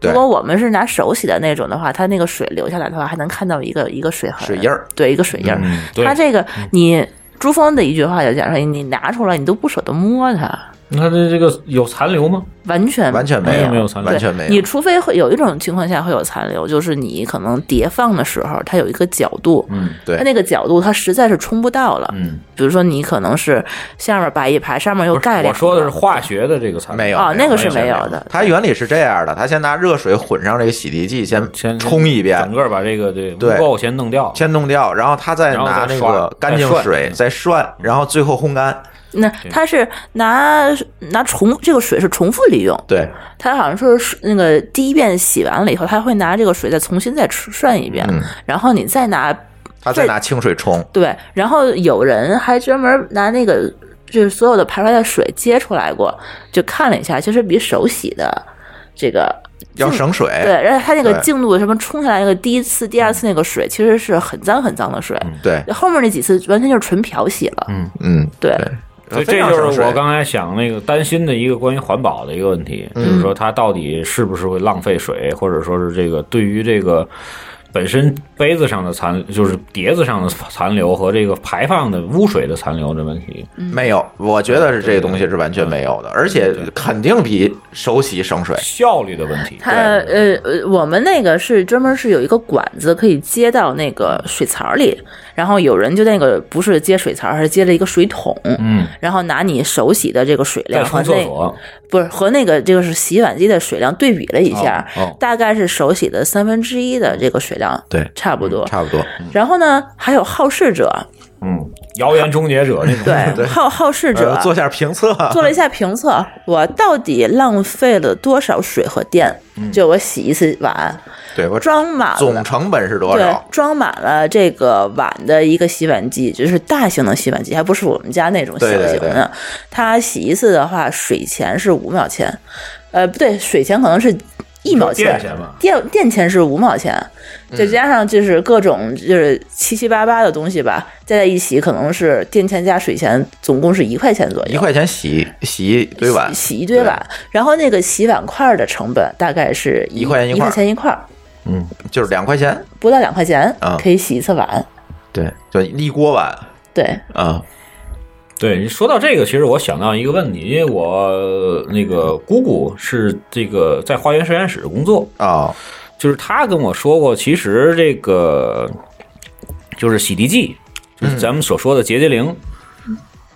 对如果我们是拿手洗的那种的话，它那个水流下来的话，还能看到一个一个水痕、水印儿，对，一个水印儿。嗯对它这个你珠峰的一句话就讲说，你拿出来你都不舍得摸它，那它的这个有残留吗？完全完全没没有，没有残留完全没有。你除非会有一种情况下会有残留，就是你可能叠放的时候，它有一个角度，嗯，对它那个角度它实在是冲不到了。嗯，比如说你可能是下面摆一排，上面又不是盖两个。我说的是化学的这个残留，没有哦，那个是没没有有没有的。它原理是这样的，它先拿热水混上这个洗涤剂，先先冲一整遍，个把这个对污对垢先弄掉。先弄掉，然后它再然后拿再那刷个干净再涮水再涮，然后最后烘干。那它是拿拿重这个水是重复利用，对它好像说是那个第一遍洗完了以后，它会拿这个水再重新再涮一遍，嗯然后你再拿它再拿清水冲，对，然后有人还专门拿那个就是所有的排出来的水接出来过，就看了一下，其实比手洗的这个要省水。哎对，而且它那个对净度什么冲下来那个第一次、第二次那个水，其实是很脏很脏的水，嗯对，后面那几次完全就是纯漂洗了。嗯，对，所以非这常就省是水我刚才想那个担心的一个关于环保的一个问题，就是说它到底是不是会浪费水，或者说是这个对于这个本身杯子上的残，就是碟子上的残留和这个排放的污水的残留的问题。嗯没有，我觉得是这个东西是完全没有的，而且肯定比手洗省水。效率的问题，它呃呃，我们那个是专门是有一个管子可以接到那个水槽里，然后有人就那个不是接水槽，而是接了一个水桶，嗯，然后拿你手洗的这个水在量和冲厕那所，不是和那个这个是洗碗机的水量对比了一下，哦哦大概是手洗的三分之一的这个水量，对差不多。嗯差不多，然后呢，还有好事者， 嗯，谣言终结者那 种，对，好好事者、呃做下评测， 做了一下评测，我到底浪费了多少水和电？就我洗一次碗，对嗯我装满总了。成本是多对少，？装满了这个碗的一个洗碗机，就是大型的洗碗机，还不是我们家那种小型的。对对对它洗一次的话，水钱是五毛钱，呃，不对，水钱可能是一毛电钱吧电电钱是五毛钱，再嗯加上就是各种就是七七八八的东西吧，加在一起可能是电钱加水钱，总共是一块钱左右。一块钱洗洗一堆碗，洗一堆碗，然后那个洗碗块儿的成本大概是一块钱一一块儿块钱一块儿，就是两块钱，不到两块钱啊可以洗一次碗。对，就一锅碗，对，啊，对，说到这个，其实我想到一个问题，因为我呃那个姑姑是这个在花园实验室工作，哦，就是她跟我说过，其实这个就是洗涤剂，嗯就是咱们所说的洁洁灵。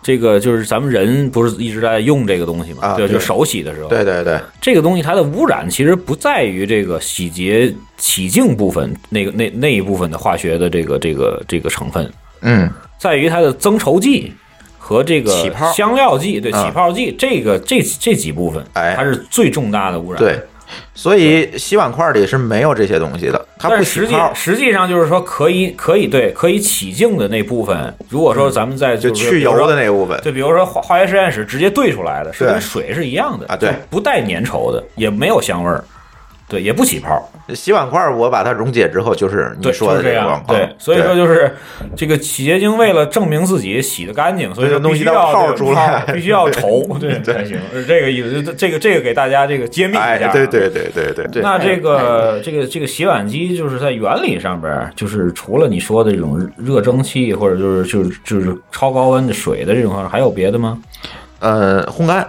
这个就是咱们人不是一直在用这个东西嘛？啊对，就对手洗的时候，对对对，这个东西它的污染其实不在于这个洗洁洗净部分那个那那一部分的化学的这个这个这个成分，嗯，在于它的增稠剂和这个起泡香料剂，对啊起泡剂这个这这几部分，哎它是最重大的污染。对，，所以洗碗块里是没有这些东西的，它但不是起实际泡，实际上就是说可以可以对可以起净的那部分，如果说咱们在嗯就是说去比如油说的那部分。对，比如说化化学实验室直接兑出来的，是对跟水是一样的啊对就不带粘稠的，也没有香味儿，对，也不起泡，洗碗块我把它溶解之后，就是你对，说的就是这个状嗯样，况。对，所以说就是这个洗洁精为了证明自己洗的干净，所以这说个东必西须要要泡这个出来泡必须 要稠，对对才行，是这个意思，就这个这个给大家这个揭秘一哎下，，对。对对对对哎对，那这个这个这个洗碗机就是在原理上边儿，就是除了你说的这种热蒸汽或者就是就是就是超高温的水的这种方式，还有别的吗？呃，烘干，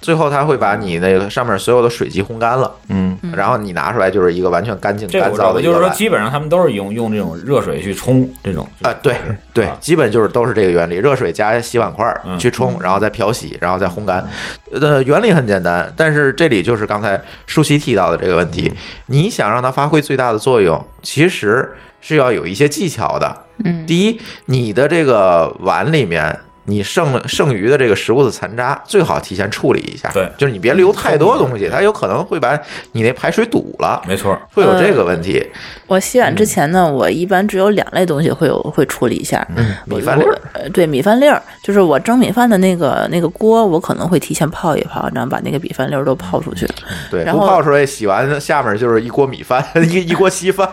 最后它会把你那个上面所有的水迹烘干了，嗯，然后你拿出来就是一个完全干净这个干我知燥道的的，一就个是说碗基本上他们都是用用这种热水去冲这种啊，对对，基本就是都是这个原理，热水加洗碗块儿嗯去冲，然后再漂洗，然后再烘干。呃，原理很简单，但是这里就是刚才舒淇提到的这个问嗯题，你想让它发挥最大的作用，其实是要有一些技巧的。嗯第一，你的这个碗里面。你剩剩余的这个食物的残渣，最好提前处理一下。对就是你别留太多东西，它有可能会把你那排水堵了，没错儿，会有这个问题。我洗碗嗯之前呢，我一般只有两类东西会有会处理一下，嗯，我米饭粒儿，呃，对，米饭粒儿，就是我蒸米饭的那个那个锅，我可能会提前泡一泡，然后把那个米饭粒儿都泡出去。对，然不后泡出来洗完，下面就是一锅米饭， 一一锅稀 饭。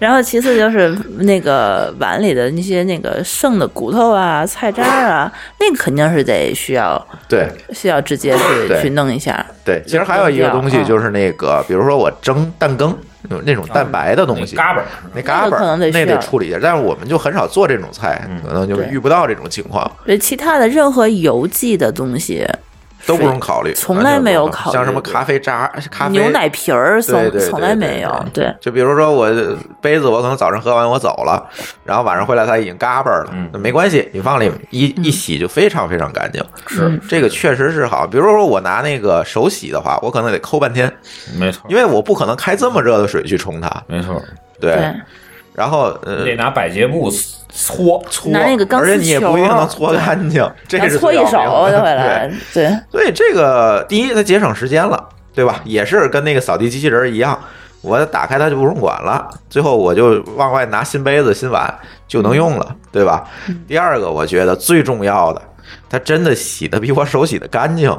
然后其次就是那个碗里的那些那个剩的骨头啊、菜渣儿啊，那个肯定是得需要对需要直接对去去弄一下。对，其实还有一个东西嗯就是那个，比如说我蒸蛋羹，嗯那种蛋白的东西，嘎嘣儿。那嘎巴那个可能得需那要得处理一下。但是我们就很少做这种菜，可能就是对遇不到这种情况，所以呃其他的任何油剂的东西都不用考虑，从来没有考虑像什么咖啡渣、咖啡牛奶瓶对儿从对对从来没对有对，对，就比如说我杯子，我可能早上喝完我走了，然后晚上回来它已经嘎巴儿了，那没关系，你放里嗯一一洗就非常非常干净。是这个确实是好。比如说我拿那个手洗的话，我可能得抠半天，没错因，为我不可能开这么热的水去冲它。没错，对，对然后你呃得。拿百洁布搓搓。拿那个钢而且丝你也球不一定啊能搓干净，这然后是搓最一要手命就的回来。对，对，所以这个第一，它节省时间了，对吧？也是跟那个扫地机器人一样，我打开它就不用管了，最后我就往外拿新杯子、新碗就能用了，对吧？第二个，我觉得最重要的，它真的洗的比我手洗的干净。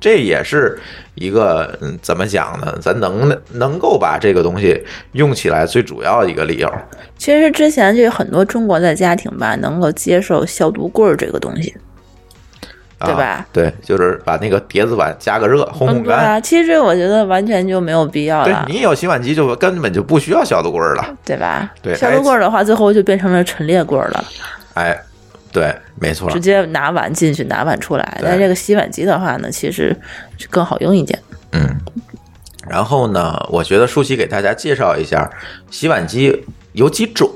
这也是一个嗯，怎么讲呢？咱能能够把这个东西用起来最主要的一个理由，其实之前就有很多中国的家庭吧，能够接受消毒棍儿这个东西，啊、对吧？对，就是把那个碟子碗加个热，烘嗯，烘对干。啊，其实这我觉得完全就没有必要对了，你有洗碗机就根本就不需要消毒棍儿了，对吧？对消毒棍儿的话，最后就变成了陈列棍儿了，哎，对，没错直，接拿碗进去，拿碗出来。对但这个洗碗机的话呢，其实就更好用一点。嗯。然后呢，我觉得舒淇给大家介绍一下洗碗机有几种，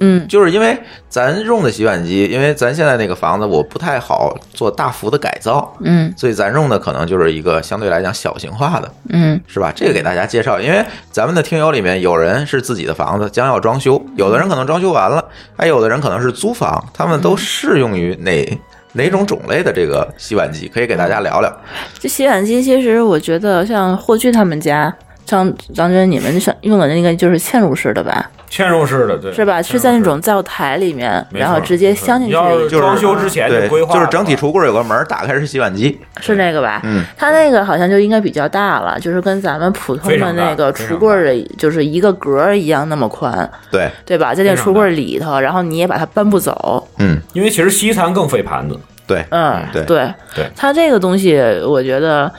嗯，就是因为咱用的洗碗机，因为咱现在那个房子我不太好做大幅的改造，嗯所以咱用的可能就是一个相对来讲小型化的，嗯，是吧？这个给大家介绍，因为咱们的听友里面有人是自己的房子将要装修，有的人可能装修完了，还有的人可能是租房，他们都适用于哪哪种种类的这个洗碗机？可以给大家聊聊。这洗碗机其实我觉得像霍炬他们家。张张娟，你们上用的那个就是嵌入式的吧，嵌入式的，对，是吧？是在那种灶台里面，然后直接镶进去要的一是个，装修之前对，规划，啊就是整体。橱柜有个门儿，打开是洗碗机。是那个吧？嗯，它那个好像就应该比较大了，就是跟咱们普通非的常大那个非橱常柜儿的，就是一个格儿一样那么宽，对，对吧？在那非常橱柜儿里头，然后你也把它搬不走，嗯，因为其实西餐更费盘子，对，嗯，对对对它这个东西，我觉得。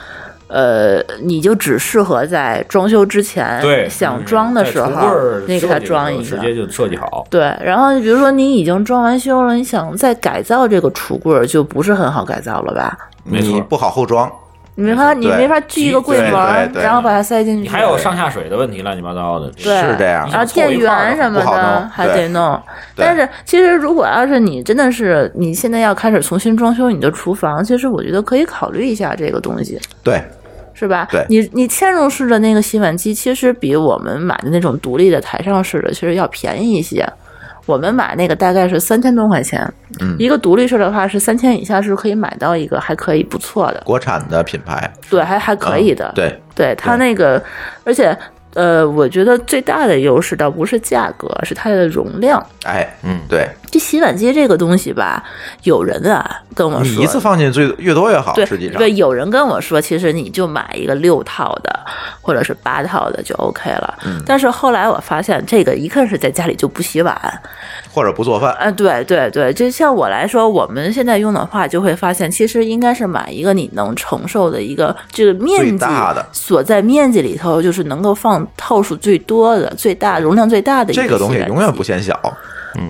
呃，你就只适合在装修之前，对，哎想装的时候，你给它装一直个。接就设计好。对，然后比如说你已经装完修了，你想再改造这个橱柜儿，就不是很好改造了吧？没错你不好后装，你没法，你对没法锯一个柜门儿对对，对然后把它塞进去。你还有上下水的问题，乱七八糟的。嗯对，是这样然后电源什么不好的弄还得弄。对但是其实如果要是你真的是你现在要开始重新装修你的厨房，其实我觉得可以考虑一下这个东西，对，是吧？对你你嵌入式的那个洗碗机，其实比我们买的那种独立的台上式的其实要便宜一些。我们买那个大概是三千多块钱，嗯一个独立式的话是三千以下是可以买到一个还可以不错的，国产的品牌对，还还可以的，嗯对，对它那个，而且呃，我觉得最大的优势倒不是价格，是它的容量。哎，嗯，对，这洗碗机这个东西吧，有人啊跟嗯我你说，一次放进最越多越好，对实际上对，有人跟我说，其实你就买一个六套的或者是八套的就 OK 了。嗯但是后来我发现，这个一看是在家里就不洗碗，或者不做饭，啊，对对对，就像我来说，我们现在用的话，就会发现其实应该是买一个你能承受的一个这个面积最大的所在面积里头，就是能够放套数最多的、最大容量最大的一个这个东西洗碗永远机不嫌小，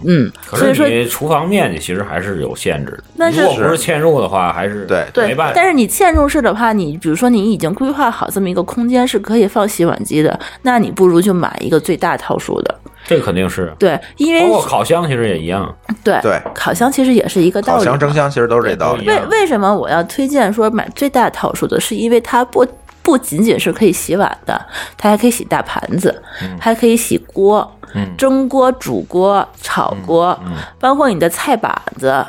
嗯，可所以说是你厨房面积其实还是有限制的。但是如果不是嵌入的话，还是对对没办，法但。是你嵌入式的话，你比如说你已经规划好这么一个空间是可以放洗碗机的，那你不如就买一个最大套数的，这个肯定是，对，因为包括烤箱其实也一样。对对烤箱其实也是一个道烤理嘛，箱、蒸箱其实都是这道理对，为样为什么我要推荐说买最大套数的？是因为它不不仅仅是可以洗碗的，它还可以洗大盘子，嗯还可以洗锅、蒸锅、煮锅、炒锅，嗯包括你的菜板子。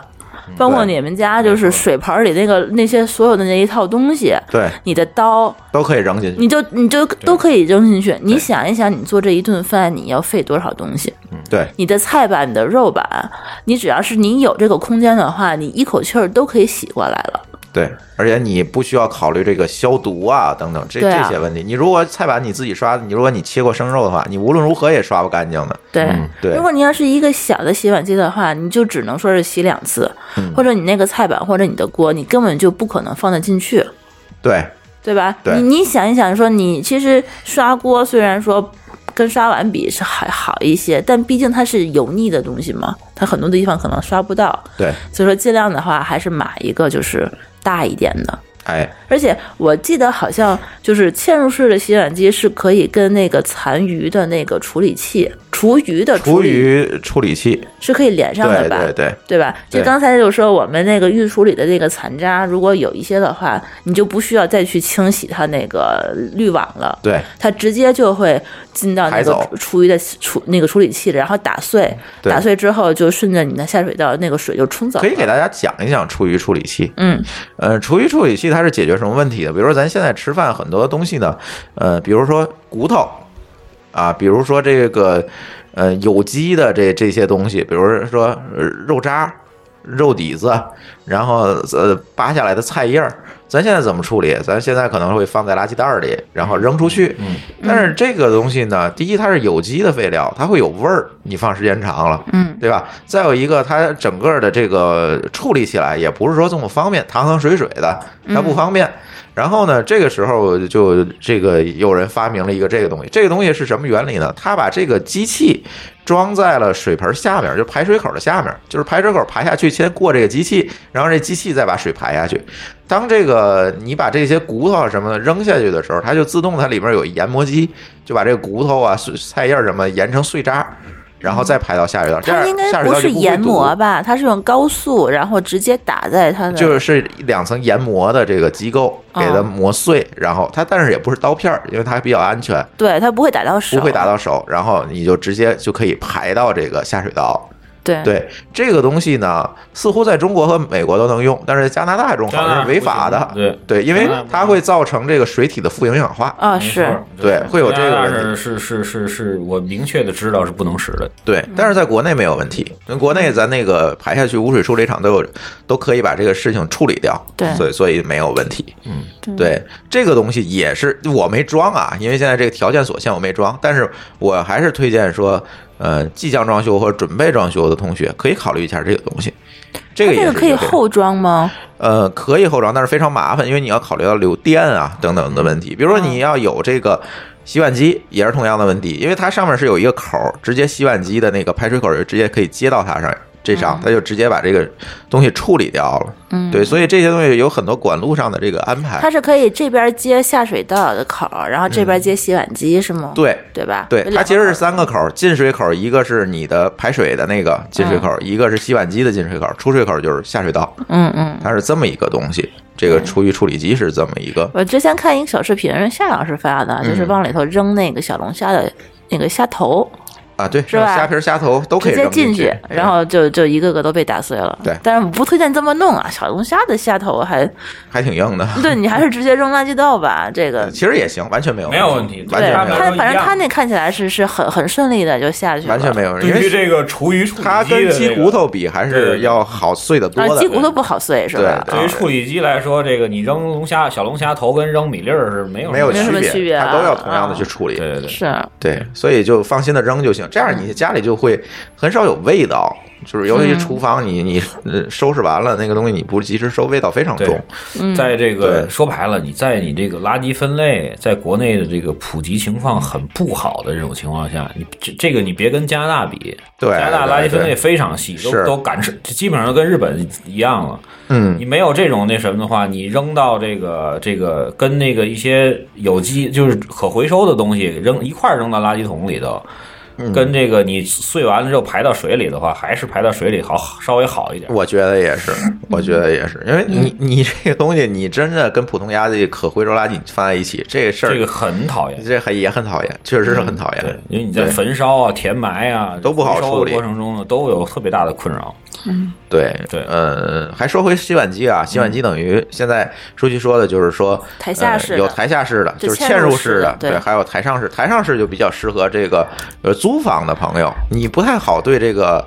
包括对你们家就是水盆里那个那些所有的那一套东西，对，你的刀，都可以扔进去，你就你就都可以扔进去。你想一想，你做这一顿饭你要费多少东西？对，你的菜板、你的肉板，你只要是你有这个空间的话，你一口气儿都可以洗过来了。对，而且你不需要考虑这个消毒啊等等这、对啊这些问题。你如果菜板你自己刷，你如果你切过生肉的话，你无论如何也刷不干净的。对，嗯对如果你要是一个小的洗碗机的话，你就只能说是洗两次，嗯或者你那个菜板或者你的锅，你根本就不可能放得进去，对对吧？对你你想一想，说你其实刷锅虽然说。跟刷碗比是还好一些，但毕竟它是油腻的东西嘛，它很多地方可能刷不到，对，所以说尽量的话还是买一个就是大一点的。哎，而且我记得好像就是嵌入式的洗碗机是可以跟那个残余的那个处理器、厨余的处厨理余处理器，是可以连上的对吧？对对，对吧？就对刚才就说我们那个预处理的那个残渣，如果有一些的话，你就不需要再去清洗它那个滤网了，对它直接就会进到那排个走厨余的处那个处理器里，然后打碎，对打碎之后就顺着你的下水道那个水就冲走了。可以给大家讲一讲厨余处理器。嗯，呃，厨余处理器它是解决什么问题的？比如说咱现在吃饭很多东西呢，呃，比如说骨头啊，比如说这个呃有机的这这些东西，比如说呃肉渣、肉底子，然后呃扒下来的菜叶儿。咱现在怎么处理？咱现在可能会放在垃圾袋儿里，然后扔出去。嗯，但是这个东西呢，第一它是有机的废料，它会有味儿，你放时间长了，嗯，对吧？再有一个，它整个的这个处理起来也不是说这么方便，汤汤水水的，它不方便。然后呢，这个时候就这个有人发明了一个这个东西，这个东西是什么原理呢？他把这个机器装在了水盆下面，就排水口的下面，就是排水口排下去，先过这个机器，然后这机器再把水排下去。当这个你把这些骨头啊什么的扔下去的时候，它就自动它里面有研磨机，就把这个骨头啊、碎菜叶儿什么研成碎渣，然后再排到下水道。这它样应该下水不道是就不会研堵磨吧？它是用高速，然后直接打在它的哦就是两层研磨的这个机构给它磨碎，然后它但是也不是刀片儿，因为它比较安全，对，它不会打到手，不会打到手，然后你就直接就可以排到这个下水道。对对这个东西呢，似乎在中国和美国都能用，但是加拿大中好加拿像大是违法的不。行对，因为加拿大不它会造成这个水体的负营养化。啊，没是错对会有这个问题是是是是是我明确的知道是不能使的。对，嗯但是在国内没有问题。那国内咱那个排下去污水处理厂都有，都可以把这个事情处理掉。对所以所以没有问题。对对，这个东西也是我没装啊，因为现在这个条件所限，我没装。但是我还是推荐说，呃即将装修或者准备装修的同学，可以考虑一下这个东西。这个也这是个一可以非常后装吗？呃，可以后装，但是非常麻烦，因为你要考虑到留电啊等等的问题。比如说嗯你要有这个洗碗机，也是同样的问题，因为它上面是有一个口儿，直接洗碗机的那个排水口儿就直接可以接到它上。这嗯上，它就直接把这个东西处理掉了。嗯，对，所以这些东西有很多管路上的这个安排它。是可以这边接下水道的口儿，然后这边接洗碗机是吗？对，对吧？对有，两它个其实口是儿嗯三个口儿：进水口儿，一个是你的排水的那个进水口儿，一个是洗碗机的进水口儿，出水口儿就是下水道。嗯嗯。它是这么一个东西。这个厨余处理机是这么一个，我之前看一个小视频，人夏老师发的，就是往里头扔那个小龙虾的那个虾头，啊，对，是吧虾皮儿、虾头都可以直接扔进去，对然后就就一个个都被打碎了。对但是不推荐这么弄啊，小龙虾的虾头还还挺硬的。 对你还是直接扔垃圾道吧，这个。其实也行，完全没有没有问题完对，全他没有它问反一正样他那看起来是是很很顺利的就下去题，了，完全没有，因对于为这个厨余处理机它的跟鸡这个骨头比还对对是对要好碎的多啊，的。鸡骨头不好碎是吧？对对于处理机来说，这个你扔龙虾小龙虾头跟扔米粒儿是没有没有没有区什么别，区别啊它都要同样的去处理。对对对。是，对，所以就放心的扔就行。这样你家里就会很少有味道，就是尤其嗯是厨房，你你呃收拾完了那个东西，你不及时收，味道非常重。在这个嗯对说白了，你在你这个垃圾分类在国内的这个普及情况很不好的这种情况下，你这这个你别跟加拿大比，对加拿大垃圾分类非常细，是都都赶上，基本上跟日本一样了。嗯你没有这种那什么的话，你扔到这个这个跟那个一些有机就是可回收的东西扔一块儿扔到垃圾桶里头。嗯跟这个你碎完了之后排到水里的话，还是排到水里好稍微好一点。我觉得也 是，我觉得也是，因为你嗯你这个东西，你真的跟普通垃圾、可回收垃圾放在一起，这个事儿这个很讨厌，这还也很讨厌，确实是很讨厌。对，哎因为你在对焚烧啊、填埋啊都不好回收的处理过程中呢，都有特别大的困扰。对对嗯呃，还说回洗碗机啊，洗碗机等于现在书记说的就是说台下式的呃有台下式的，就就是嵌嵌入入式的式的，对对，还有台上式，台上式就比较适合这个呃租房的朋友，你不太好对这个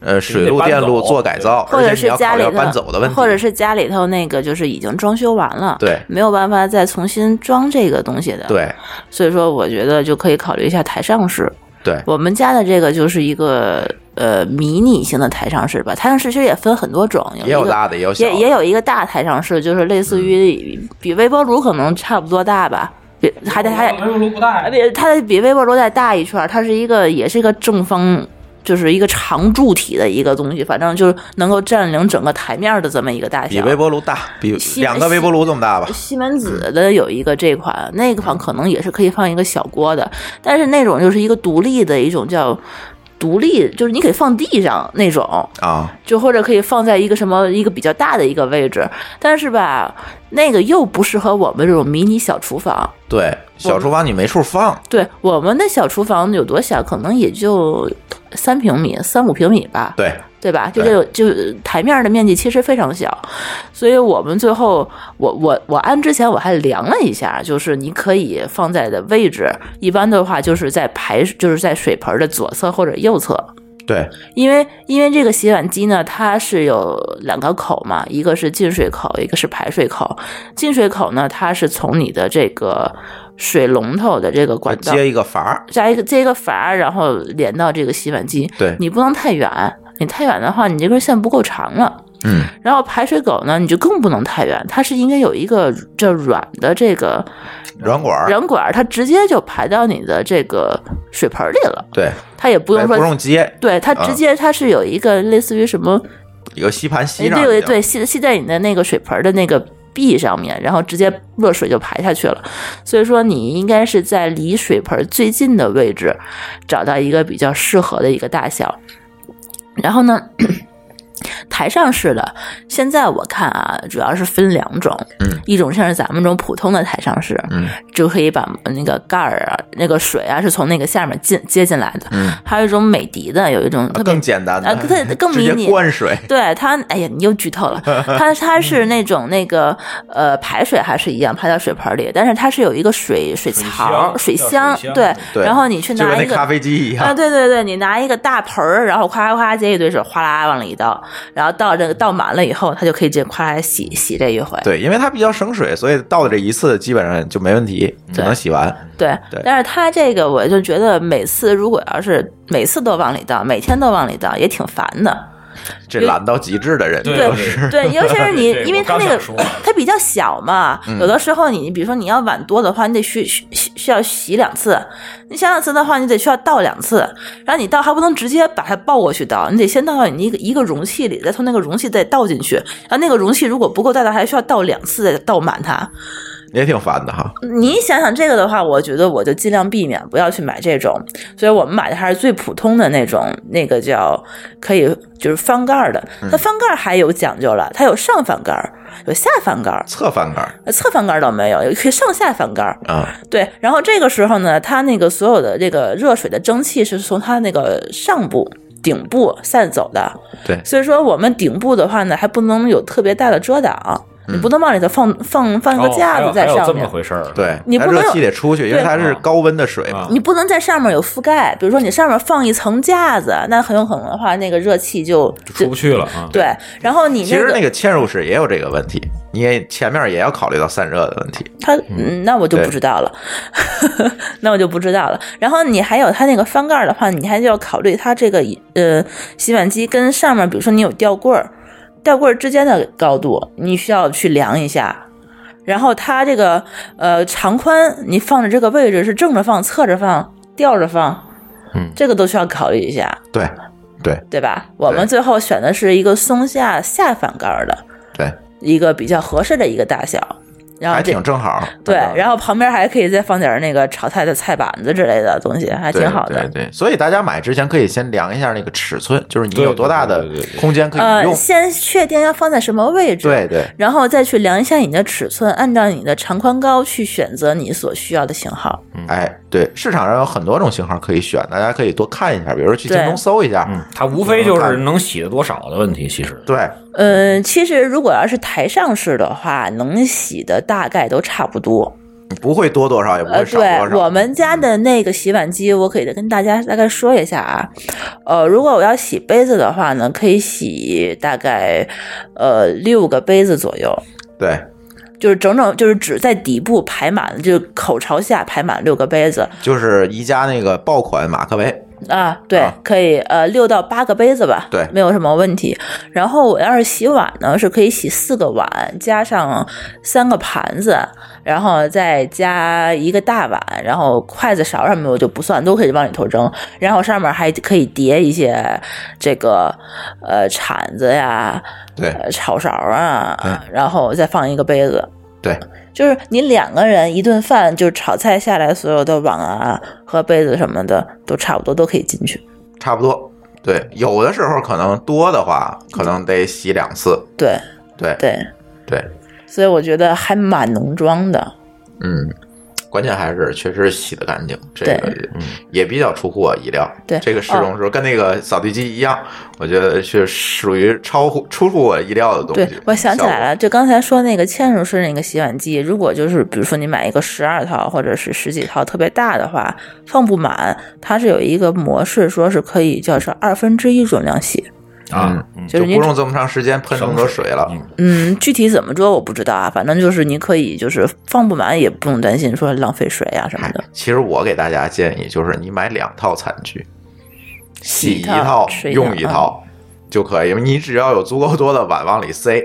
呃水路搬电路走做改造，或而者且你是要家考虑里要头搬走的问题，或者是家里头那个就是已经装修完了，对没有办法再重新装这个东西的，，对所以说我觉得就可以考虑一下台上式。对我们家的这个就是一个呃迷你型的台上式吧，台上式其实也分很多种，有也有一个大的也有小也的，嗯也有一个大台上式，就是类似于比微波炉可能差不多大吧，比还得还得炉不大啊，比它比微波炉再大一圈儿，它是一个也是一个正方，就是一个长柱体的一个东西，反正就是能够占领整个台面儿的这么一个大比小。微波炉大，比洗两个微波炉这么大吧，西门子的有一个这款，那个款可能也是可以放一个小锅的，但是那种就是一个独立的一种叫独立，就是你可以放地上那种，啊，就或者可以放在一个什么一个比较大的一个位置，但是吧，那个又不适合我们这种迷你小厨房。对，小厨房你没处放，对，我们的小厨房有多小？可能也就三平米、三五平米吧，对，对吧？就对这种就台面的面积其实非常小，所以我们最后，我我我安之前我还量了一下，就是你可以放在的位置，一般的话就是在排，就是在水盆的左侧或者右侧。对，因为因为这个洗碗机呢，它是有两个口嘛，一个是进水口，一个是排水口。进水口呢，它是从你的这个水龙头的这个管道接一个阀儿，加一个接一个阀儿，然后连到这个洗碗机。对你不能太远，你太远的话，你这根线不够长了。嗯，然后排水口呢，你就更不能太远，它是应该有一个叫软的这个软管儿，软管儿，它直接就排到你的这个水盆里了，对，它也不用哎说不用接，对它直啊接，它是有一个类似于什么，一个吸盘吸哎上对去，对，吸吸在你的那个水盆的那个壁上面，然后直接热水就排下去了。所以说，你应该是在离水盆最近的位置，找到一个比较适合的一个大小。然后呢， 台上式的，现在我看啊，主要是分两种，嗯一种像是咱们这种普通的台上式，嗯，就可以把那个盖儿啊、那个水啊是从那个下面进接进来的，嗯，还有一种美的的，有一种特别更简单的，啊 更更直迷接你灌 水，对它，哎呀，你又剧透了。它它是那种那个呃排水还是一样排到水盆里，但是它是有一个水水槽、水箱，箱叫水箱对。对然后你去就跟拿那一个咖啡机一啊，样，对对对，你拿一个大盆儿，然后夸夸夸接一堆水，哗啦往里一倒，然后倒这个倒满了以后，它就可以直接夸来洗洗这一回。对，因为它比较省水，所以倒的这一次基本上就没问题，就能洗完。对对但是它这个我就觉得每次如果要是每次都往里倒，每天都往里倒，也挺烦的。这懒到极致的人，对对就是对，尤 其是你对，因为它我刚那个想说嗯它比较小嘛，有的时候你比如说你要碗多的话，你得需需需需要洗两次，你洗两次的话，你得需要倒两次，然后你倒还不能直接把它抱过去倒，你得先倒到你一个一个容器里，再从那个容器再倒进去，然后那个容器如果不够大的，还需要倒两次再倒满它。也挺烦的哈。你想想这个的话，我觉得我就尽量避免不要去买这种，所以我们买的还是最普通的那种，那个叫可以就是翻盖儿的。嗯那翻盖儿还有讲究了，它有上翻盖儿，有下翻盖儿，侧翻杆呃侧翻盖儿倒没有，有可以上下翻盖儿。啊，对，然后这个时候呢，它那个所有的这个热水的蒸汽是从它那个上部。顶部散走的， 对所以说我们顶部的话呢，还不能有特别大的遮挡，你不能往里头放放 放一个嗯哦架还有子在还有上这面么。回事儿，对，你它不能热气得出去，因为对它是高温的水啊嘛。你不能在上面有覆盖，比如说你上面放一层架子，那很有可能的话，那个热气就就出不去了啊。对。然后你其那实个那个嵌入式也有这个问题，你也前面也要考虑到散热的问题。它，嗯，那我就不知道了， 那我就不知道了。然后你还有它那个翻盖儿的话，你还就要考虑它这个呃洗碗机跟上面，比如说你有吊柜儿，吊柜儿之间的高度，你需要去量一下。然后它这个呃长宽，你放的这个位置是正着放、侧着放、吊着放，嗯这个都需要考虑一下。对，对，对吧？我们最后选的是一个松下下翻盖儿的对，一个比较合适的一个大小，然后还这挺正好。啊对，反正然后旁边还可以再放点儿那个炒菜的菜板子之类的东西，还挺好的。对对对，所以大家买之前可以先量一下那个尺寸，就是你对有多大的对对对对对空间可以呃，用。先确定要放在什么位置，对对然后再去量一下你的尺寸，按照你的长宽高去选择你所需要的型号。哎，对，市场上有很多种型号可以选，大家可以多看一下，比如说去京东对搜一下。嗯，它无非就是能洗的多少的问题，其实。对，嗯，其实如果要是台上式的话，能洗的大概都差不多。不会多多少，也不呃，会少多对，少。我们家的那个洗碗机，我可以跟大家大概说一下啊。呃，如果我要洗杯子的话呢，可以洗大概呃六个杯子左右，对，就是整整就是只在底部排满了，就是口朝下排满六个杯子就是宜家那个爆款马克杯，啊。对，啊可以呃六到八个杯子吧，对没有什么问题。然后我要是洗碗呢，是可以洗四个碗，加上三个盘子。然后再加一个大碗，然后筷子、勺什么的我就不算，都可以往里头扔。然后上面还可以叠一些这个呃铲子呀、对呃炒勺啊，然后再放一个杯子。对，就是你两个人一顿饭，就是炒菜下来所有的碗啊和杯子什么的都差不多，都可以进去。差不多。对，有的时候可能多的话，可能得洗两次。对对对，对，所以我觉得还蛮能装的。嗯，关键还是确实洗的干净，这个对嗯也比较出乎我意料。对这个试用的时候跟那个扫地机一样，我觉得是属于超乎出乎我意料的东对西。，我想起来效了，就刚才说那个嵌入式那个洗碗机，如果就是比如说你买一个十二套或者是十几套特别大的话，放不满，它是有一个模式，说是可以叫是二分之一容量洗。啊，嗯果，就就是你不用这么长时间喷这么多水了。嗯嗯，具体怎么做我不知道啊，反正就是你可以就是放不满，也不用担心说浪费水啊什么的。其实我给大家建议就是，你买两套餐具，洗一一套套吃一套嗯用一套就可以。你只要有足够多的碗往里塞，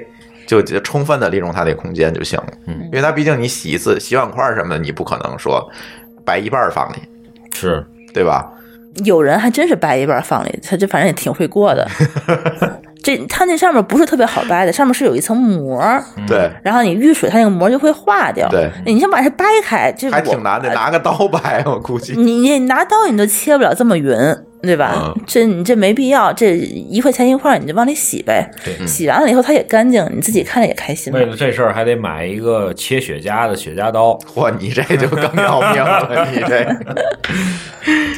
就就充分的利用它那空间就行了。嗯，因为它毕竟你洗一次洗碗筷什么的，你不可能说摆一半儿放里，是对吧？有人还真是掰一半放里，他这反正也挺会过 的。这它那上面不是特别好掰的，上面是有一层膜，对，然后你遇水它那个膜就会化掉。哎对你先把它掰开，这还我哎嗯挺难的，拿个刀掰，我估 计。你你拿刀你都切不了这么匀，对吧？嗯这你这没必要，这一块钱一块儿你就往里洗呗，洗完了以后它也干净，你自己看着也开心嘛为。了这事儿还得买一个切雪茄的雪茄刀。嚯，你这就更要命了，你 这，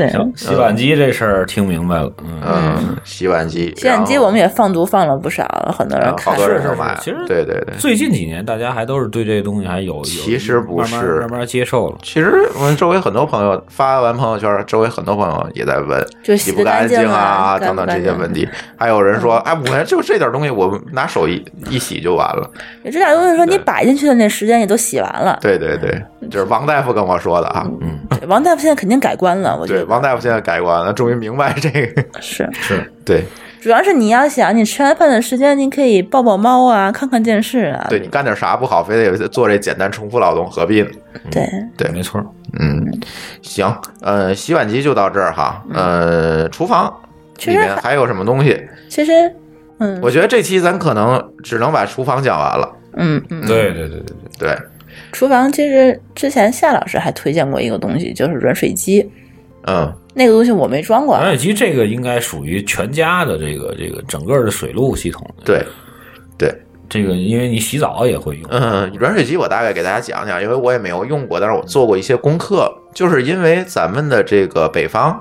对，洗碗机这事儿听明白了，嗯，嗯，洗碗机，洗碗机然后我们也放毒放了不少，很多然人后看好。多人是都是买了，其实对对对，最近几年大家还都是对这东西还有，有其实不是慢慢慢慢接受了。其实我们周围很多朋友发完朋友圈，周围很多朋友也在问，就就洗洗不得干干净啊啊，嗯等等这些问题。题。还有人说，哎，我就这点东西，我拿手一一洗就完了。有这点东西说你对摆进去的那时间也都洗完了。对对对，嗯这是王大夫跟我说的啊。对王大夫现在肯定改观嗯了，我觉对，得嗯王大夫现在改观了，终于明白这个。是。对，主要是你要想，你吃完饭的时间，你可以抱抱猫啊，看看电视啊。对你干点啥不好，非得做这简单重复劳动，何必呢？对对，没错儿。嗯，行，呃，洗碗机就到这儿哈。嗯呃，厨房其里实面还有什么东西？其实，嗯我觉得这期咱可能只能把厨房讲完了。嗯嗯，对对对对对，对，厨房其实之前夏老师还推荐过一个东西，就是软水机，嗯，那个东西我没装过啊暖，哎水机这个应该属于全家的这个这个整个的水路系统。，对，对，这个因为你洗澡也会用。嗯，软水机我大概给大家讲讲，因为我也没有用过，但是我做过一些功课，就是因为咱们的这个北方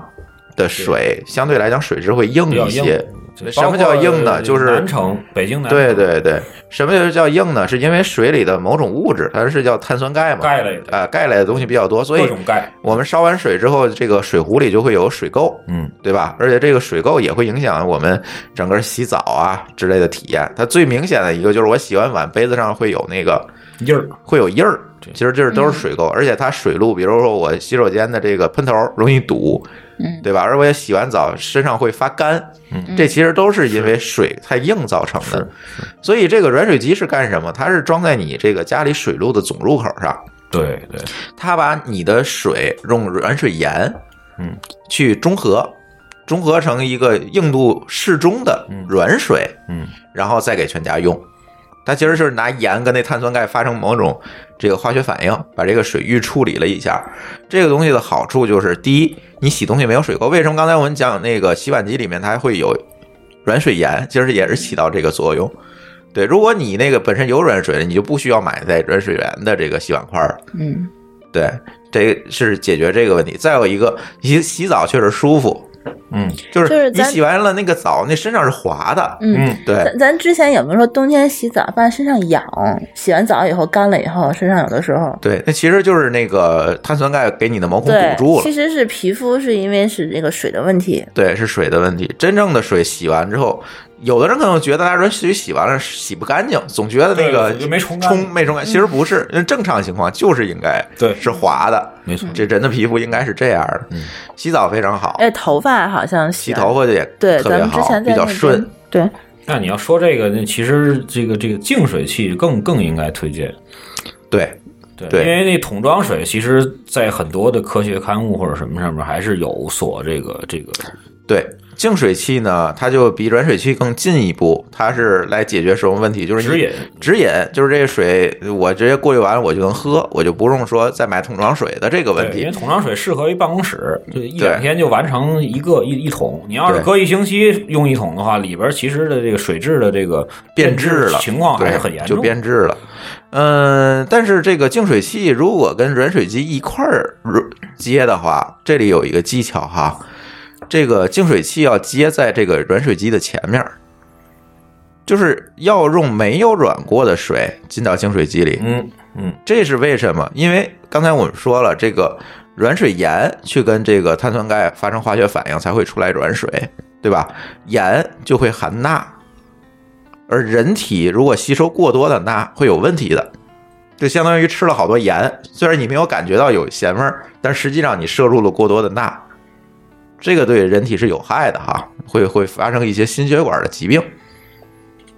的水相对来讲水质会硬比较一硬些。，就什么叫硬呢包括就是南城，北京南城对对对，什么叫硬呢？是因为水里的某种物质，它是叫碳酸钙嘛，钙类的啊，钙类的东西比较多，所各以种钙，我们烧完水之后，这个水壶里就会有水垢，嗯，对吧？而且这个水垢也会影响我们整个洗澡啊之类的体验。它最明显的一个就是我洗完碗，杯子上会有那个印儿会有印儿，其实这都是水垢，而且它水路，比如说我洗手间的这个喷头容易堵，嗯对吧？而我也洗完澡身上会发干，嗯这其实都是因为水太硬造成的。所以这个软水机是干什么？它是装在你这个家里水路的总入口上，对对，它把你的水用软水盐，嗯，去中和，中和成一个硬度适中的嗯软水，嗯，然后再给全家用。它其实就是拿盐跟那碳酸钙发生某种这个化学反应，把这个水域处理了一下。这个东西的好处就是，第一，你洗东西没有水垢。为什么刚才我们讲那个洗碗机里面它还会有软水盐，其实也是起到这个作用。对，如果你那个本身有软水了，你就不需要买带软水源的这个洗碗块儿。嗯，对，这个是解决这个问题。再有一个，洗洗澡确实舒服，嗯，就就是是你咱洗完了那个澡，那身上是滑的，嗯嗯，对，咱咱之前有没有说冬天洗澡发现身上痒，洗完澡以后干了以后，身上有的时候对，那其实就是那个碳酸钙给你的毛孔对堵，住其了。实是皮肤是因为是这个水的问题，对，是水的问题。真正的水洗完之后，有的人可能觉得大家说水洗完了洗不干净，总觉得那个对就没冲干冲没冲干，其实不嗯是，因为正常情况就是应该对嗯是滑的，没嗯错这人的皮肤应该是这样的。洗澡非常好，哎，头发好像洗洗头发发也对，特咱别们之好，前在比较那边顺。，对，那你要说这个，那其实这个这个净水器更更应该推荐，对，对，对因为那桶装水，其实在很多的科学刊物或者什么上面还是有所这个这个，对，净水器呢，它就比软水器更进一步，它是来解决什么问题？就是你直饮直饮就是这个水我直接过滤完我就能喝，我就不用说再买桶装水的这个问对，因为题。桶装水适合于办公室，就一对两天就完成一个一一桶。你要是对隔一星期用一桶的话，里边其实的这个水质的这个变质了，情况还是对很严重就的，变质了。嗯，但是这个净水器如果跟软水机一块儿接的话，这里有一个技巧哈，这个净水器要接在这个软水机的前面儿，就是要用没有软过的水进到净水机里，嗯嗯，这是为什么？因为刚才我们说了，这个软水盐去跟这个碳酸钙发生化学反应，才会出来软水，对吧？盐就会含钠，而人体如果吸收过多的钠，会有问题的。就相当于吃了好多盐，虽然你没有感觉到有咸味儿，但实际上你摄入了过多的钠，这个对人体是有害的哈，会会发生一些心血管的疾病。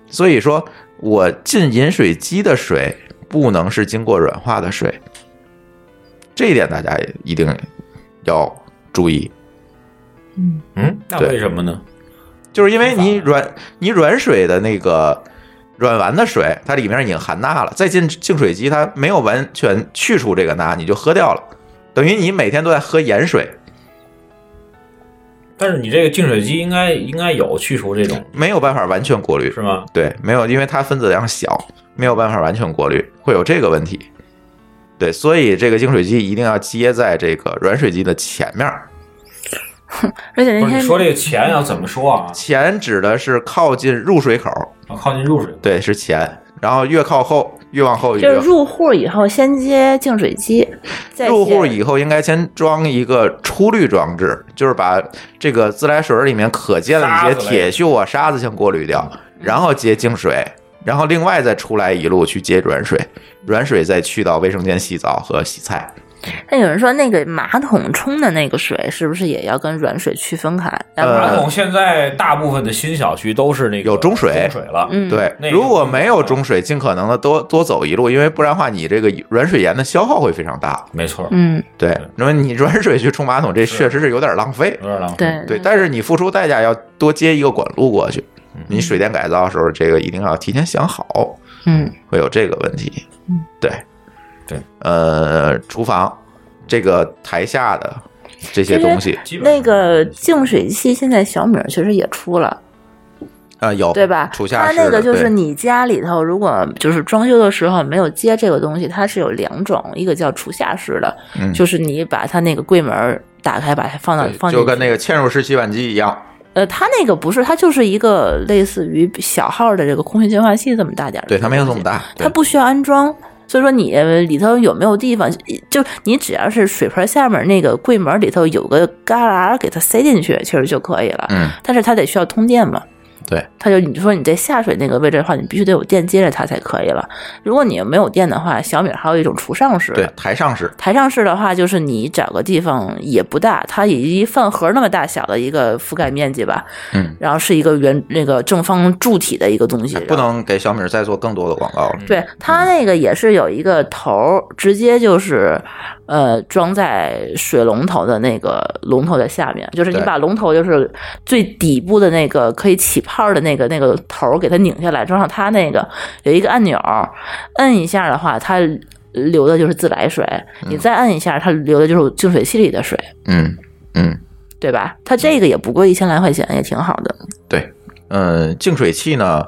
所以说我进饮水机的水不能是经过软化的水，这一点大家也一定要注意，嗯，那对为什么呢？就是因为你软你软水的那个软完的水，它里面已经含钠了，再进净水机它没有完全去除这个钠，你就喝掉了，等于你每天都在喝盐水，但是你这个净水机应该应该有去除这种，没有办法完全过滤是。吗？对，没有，因为它分子量小，没有办法完全过滤，会有这个问题。对，所以这个净水机一定要接在这个软水机的前面儿，而且那不是天你说这个钱要怎么说啊？前指的是靠近入水口，啊靠近入水，对，是前，然后越靠后越往后就越是入户以后先接净水机，再接入户以后应该先装一个出滤装置，就是把这个自来水里面可见的一些沙子类嗯铁锈啊、沙子先过滤掉，然后接净水，然后另外再出来一路去接软水，软水再去到卫生间洗澡和洗菜。但有人说那个马桶冲的那个水是不是也要跟软水区分开？然后呃马桶现在大部分的新小区都是那个有中水中水了，嗯，对那，个如果没有中水，尽可能的多多走一路，因为不然的话，你这个软水盐的消耗会非常大。没错，嗯，对，那么你软水去冲马桶，这确实是有点浪费。有点浪费。对对，但是你付出代价要多接一个管路过去。你水电改造的时候，这个一定要提前想好，嗯，会有这个问题。对，对，呃，厨房这个台下的这些东西基本上那个净水器现在小米儿其实也出了，啊、有对吧？厨下它式那个的就是对你家里头如果就是装修的时候没有接这个东西，它是有两种，一个叫厨下式的，嗯就是你把它那个柜门儿打开，把它放到对放进就去。跟那个嵌入式洗碗机一样，呃，它那个不是，它就是一个类似于小号的这个空气净化器这么大点儿的对，东西，它没有这么大，它对不需要安装。所以说你里头有没有地方，就你只要是水盆下面那个柜门里头有个旮旯给它塞进去，其实就可以了。嗯，但是它得需要通电嘛。对，它就你说你在下水那个位置的话，你必须得有电接着它才可以了。如果你没有电的话，小米还有一种厨上式的对，台上式，台上式的话，就是你找个地方也不大，它也一饭盒那么大小的一个覆盖面积吧，嗯，然后是一个圆那个正方柱体的一个东西，不能给小米再做更多的广告了。对它嗯那个也是有一个头儿，直接就是，呃，装在水龙头的那个龙头的下面，就是你对把龙头就是最底部的那个可以起泡的那个那个头儿给它拧下来，装上它那个有一个按钮儿，摁一下的话，它流的就是自来水，你再摁一下，它流的就是净水器里的水，嗯嗯，对吧？它这个也不贵，一千来块钱也挺好的。对，嗯，净水器呢，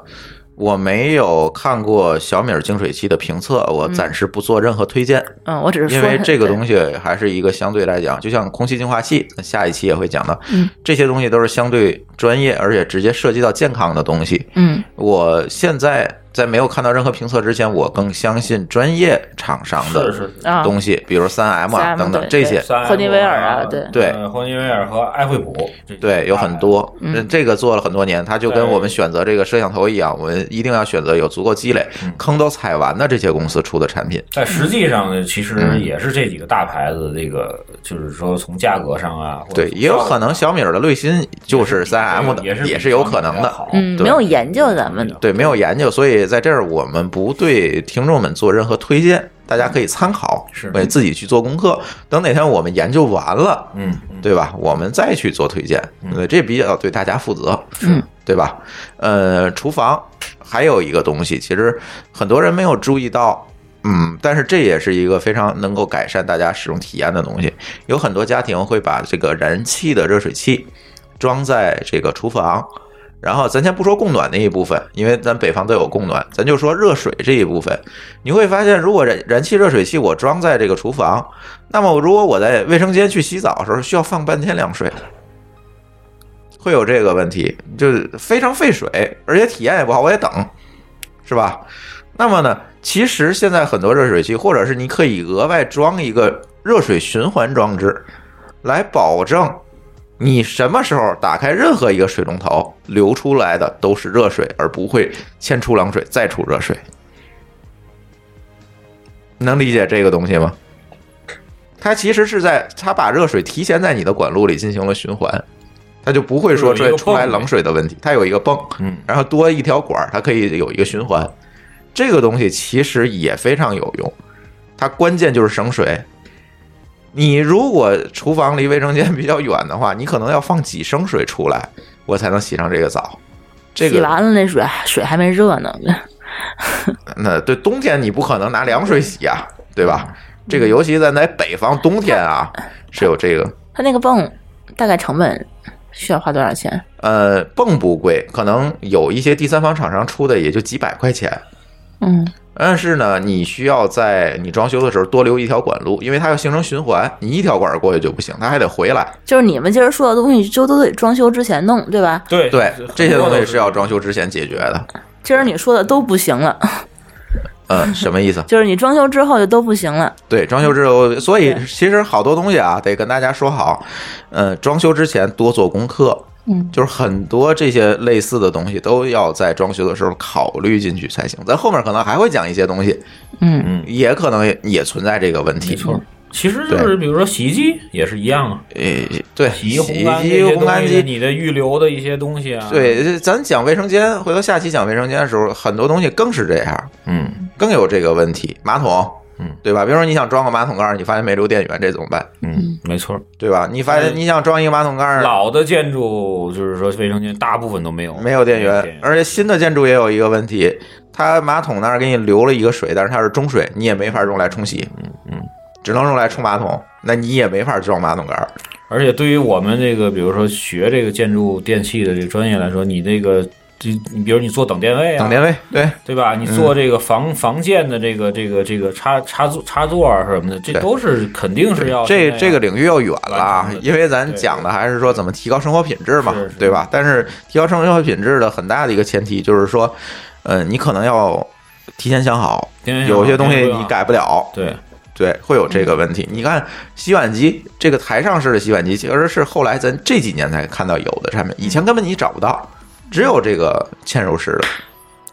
我没有看过小米儿净水器的评测，我暂时不做任何推荐，嗯，我只是说因为这个东西，西还是一个相对来讲，就像空气净化器，下一期也会讲到，嗯这些东西都是相对专业，而且直接涉及到健康的东西。嗯我现在在没有看到任何评测之前，我更相信专业厂商的是是是啊，东西，比如三 M 啊 3M 等等对这些。三霍尼韦尔啊啊，对对呃霍尼韦尔和艾惠普，这些对，有很多，嗯嗯，这个做了很多年，它就跟对我们选择这个摄像头一样，我们一定要选择有足够积累、嗯坑都踩完的这些公司出的产品。但实际上呢，其嗯实也是这几个大牌子，这个就是说从价格上啊，或者对，也有可能小米儿的滤芯就是从效三率 M 的，也是也是有可能的。好嗯，对没有研究咱们对，没有研究，所以在这儿我们不对听众们做任何推荐，大家可以参考，是为自己去做功课。等哪天我们研究完了，嗯，对吧？我们再去做推荐，呃，这比较对大家负责，嗯，对吧？呃，厨房还有一个东西，其实很多人没有注意到，嗯，但是这也是一个非常能够改善大家使用体验的东西。有很多家庭会把这个燃气的热水器装在这个厨房。然后咱先不说供暖那一部分，因为咱北方都有供暖，咱就说热水这一部分。你会发现，如果燃燃气热水器我装在这个厨房，那么如果我在卫生间去洗澡的时候需要放半天凉水，会有这个问题，就是非常费水，而且体验也不好，我也等，是吧？那么呢，其实现在很多热水器，或者是你可以额外装一个热水循环装置，来保证你什么时候打开任何一个水龙头，流出来的都是热水，而不会先出冷水再出热水。能理解这个东西吗？它其实是在它把热水提前在你的管路里进行了循环，它就不会说就是有一出个出来泵冷水的问题。它有一个泵，嗯然后多一条管儿，它可以有一个循环。这个东西其实也非常有用，它关键就是省水。你如果厨房离卫生间比较远的话，你可能要放几升水出来，我才能洗上这个澡。这洗个完了那水水还没热呢，那对冬天你不可能拿凉水洗啊，对吧？这个尤其咱在北方冬天啊，是有这个它那个泵大概成本需要花多少钱？呃泵不贵，可能有一些第三方厂商出的也就几百块钱，嗯但是呢，你需要在你装修的时候多留一条管路，因为它要形成循环，你一条管儿过去就不行，它还得回来。，就是你们今儿说的东西，就都得装修之前弄，对吧？对对，这些东西是要装修之前解决的。今儿你说的都不行了，呃，什么意思？ 就是你装修之后就都不行了。对，装修之后，所以其实好多东西啊，得跟大家说好，呃，装修之前多做功课，嗯，就是很多这些类似的东西都要在装修的时候考虑进去才行。咱后面可能还会讲一些东西，嗯嗯，也可能也也存在这个问题，没错。其实就是比如说洗衣机也是一样啊，呃，对，洗洗衣衣烘干这机、些烘东干机。西，你的预留的一些东西啊，，对，咱讲卫生间，回头下期讲卫生间的时候，很多东西更是这样，嗯，更有这个问题。马桶，嗯，对吧？比如说你想装个马桶盖儿，你发现没留电源，这怎么办？嗯，没错。对吧？你发现你想装一个马桶盖儿，老的建筑就是说卫生间大部分都没有，没有电源，而且新的建筑也有一个问题，它马桶那儿给你留了一个水，但是它是中水，你也没法用来冲洗，嗯嗯，只能用来冲马桶，那你也没法装马桶盖儿。而且对于我们这个，比如说学这个建筑电器的这个专业来说，你这个，这你比如你做等电位啊，等电位，嗯对对吧？你做这个防、防溅的这个这个这个插插座插座啊什么的，这对都是肯定是要这怎么样这个领域要远了啊完成，的因为咱讲的还是说怎么提高生活品质嘛是是，对吧？但是提高生活品质的很大的一个前提就是说，呃，你可能要提前想好，提前想好有些东西提前规划你改不了，对嗯对，会有这个问题。你看洗碗机这个台上式的洗碗机，其实是后来咱这几年才看到有的产品，以前根本你找不到，只有这个嵌入式的。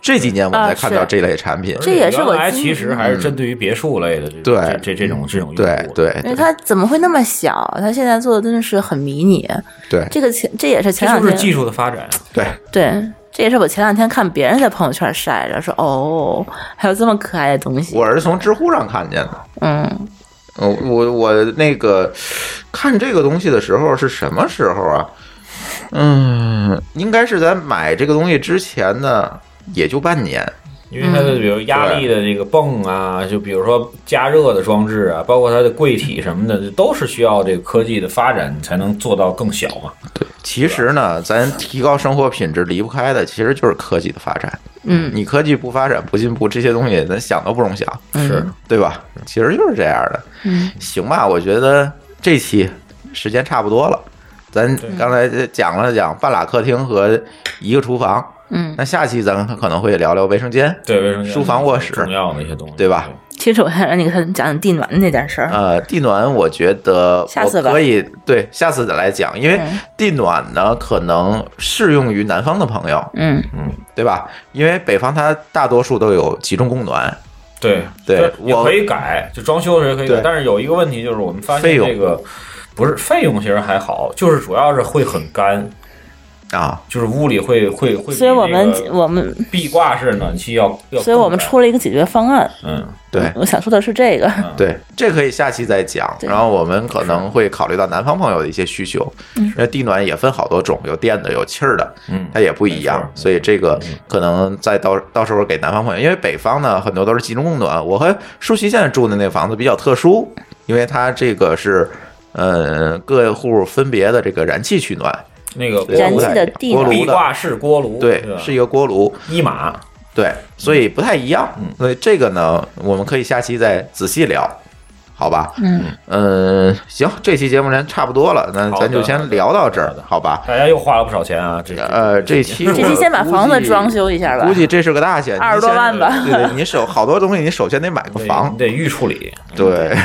这几年我啊们才看到这类产品。这也是我原来今其实还是针对于别墅类的这嗯对这这这种这种用户啊对对因对为它怎么会那么小？它现在做的真的是很迷你。对这个前这也是这前是两不是技天术的发展？啊对，对，这也是我前两天看别人在朋友圈晒着，说哦， 还有这么可爱的东西。我是从知乎上看见的。嗯，呃，我我那个看这个东西的时候是什么时候啊？嗯，应该是咱买这个东西之前呢，也就半年。因为它嗯的比如压力的这个泵啊，就比如说加热的装置啊，包括它的柜体什么的，这都是需要这个科技的发展才能做到更小嘛。其实呢，咱提高生活品质离不开的，其实就是科技的发展。嗯，你科技不发展、不进步，这些东西咱想都不用想，是对吧？其实就是这样的。嗯，行吧，我觉得这期时间差不多了。咱刚才讲了讲半拉客厅和一个厨房，嗯那下期咱可能会聊聊卫生间，对，卫生间、书房卧室重要的一些东西，对吧？其实我还让你给他们讲讲地暖那件事儿。啊呃，地暖我觉得下我次吧可以对下次再来讲，因为嗯地暖呢可能适用于南方的朋友，嗯，对吧？因为北方它大多数都有集中供暖，对嗯对这也我可以改，就装修的时候也可以对。改但是有一个问题就是，我们发费现用这个不是费用，其实还好，就是主要是会很干，啊，就是屋里会会会比这个。所以我们我们壁挂式暖气要要更干，所以我们出了一个解决方案。嗯，对我想说的是这个。对，这可以下期再讲。对然后我们可能会考虑到南方朋友的一些需求，嗯那地暖也分好多种，有电的，有气儿的，嗯它也不一没样错，嗯所以这个可能再到到时候给南方朋友，因为北方呢很多都是集中供暖。我和舒淇现在住的那个房子比较特殊，因为它这个是。呃，各户分别的这个燃气取暖，那个对燃气不太的地锅暖炉壁的，挂式锅炉，对吧，是一个锅炉，一码，对，所以不太一样。嗯所以这个呢，我们可以下期再仔细聊，好吧？嗯嗯，行，这期节目咱差不多了，那好的咱就先聊到这儿好的，好吧？大家又花了不少钱啊，这呃，这期 这期先把房子装修一下吧估计这是个大钱， 20多万吧你先对对，你手好多东西，你首先得买个得房你。得预处理，对，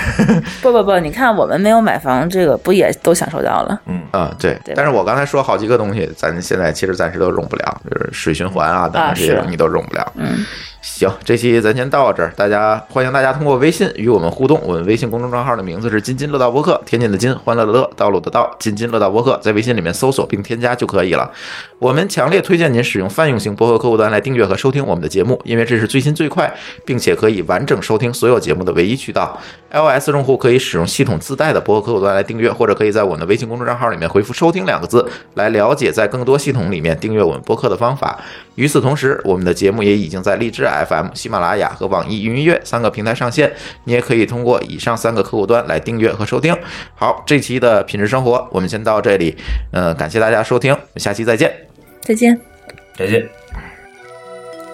不不不，你看我们没有买房，这个不也都享受到了？嗯，对对吧。但是我刚才说好几个东西，咱现在其实暂时都用不了，就是水循环啊等等啊这些是你都用不了。嗯，行，这期咱先到这儿，大家欢迎大家通过微信与我们互动。我们微信公众账号的名字是“津津乐道播客”，天津的津，欢乐的乐，道路的道，津津乐道播客，在微信里面搜索并添加就可以了。我们强烈推荐您使用泛用型播客客户端来订阅和收听我们的节目，因为这是最新最快，并且可以完整收听所有节目的唯一渠道。iOS 用户可以使用系统自带的播客客户端来订阅，或者可以在我们的微信公众账号里面回复“收听”两个字，来了解在更多系统里面订阅我们播客的方法。与此同时，我们的节目也已经在荔枝 FM、喜马拉雅和网易云音乐三个平台上线，你也可以通过以上三个客户端来订阅和收听。好，这期的品质生活我们先到这里，呃，感谢大家收听，下期再见。再见。再见。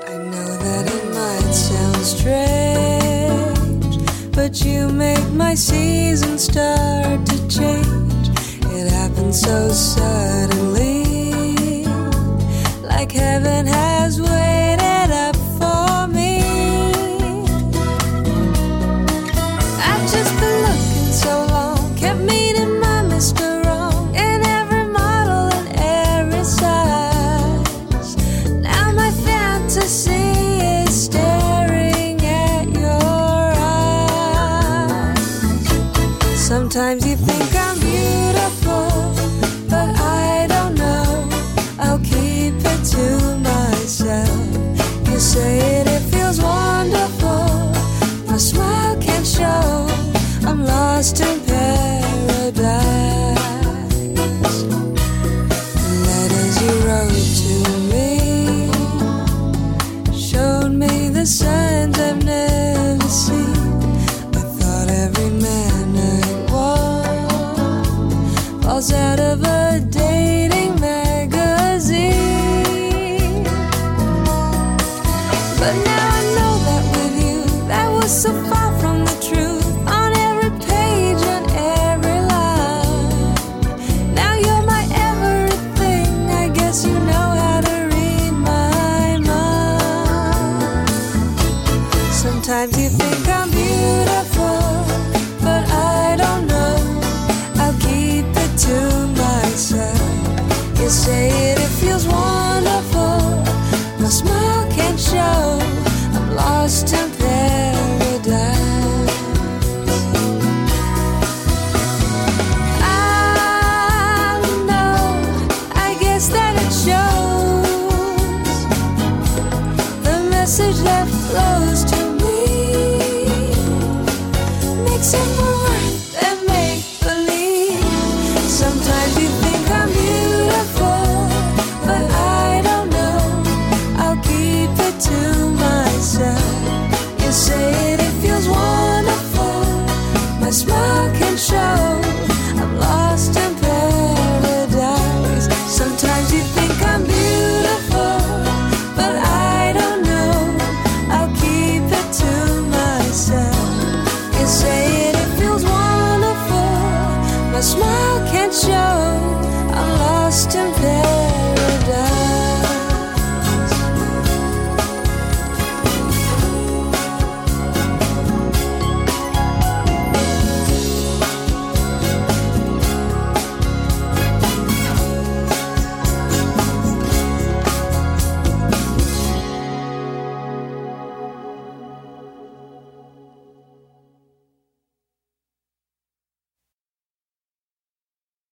I know that it might sound strange, but you make my season start to change. It happened so suddenly, like heaven has waited up for me. Sometimes you think I'm beautiful, but I don't know. I'll keep it to myself. You say it, it feels wonderful. My smile can show I'm lost in paradise. The letters you wrote to me showed me the signs I've never seen. I thought every man I was falls out of a dating magazine. But now I know that with you, that was so far from the truth. On every page and every line. Now you're my everything. I guess you know how to read my mind. Sometimes you think I'm beautiful, but I don't know. I'll keep it to myself. You say it, it feels wonderful. My smile can't show. I'm lost in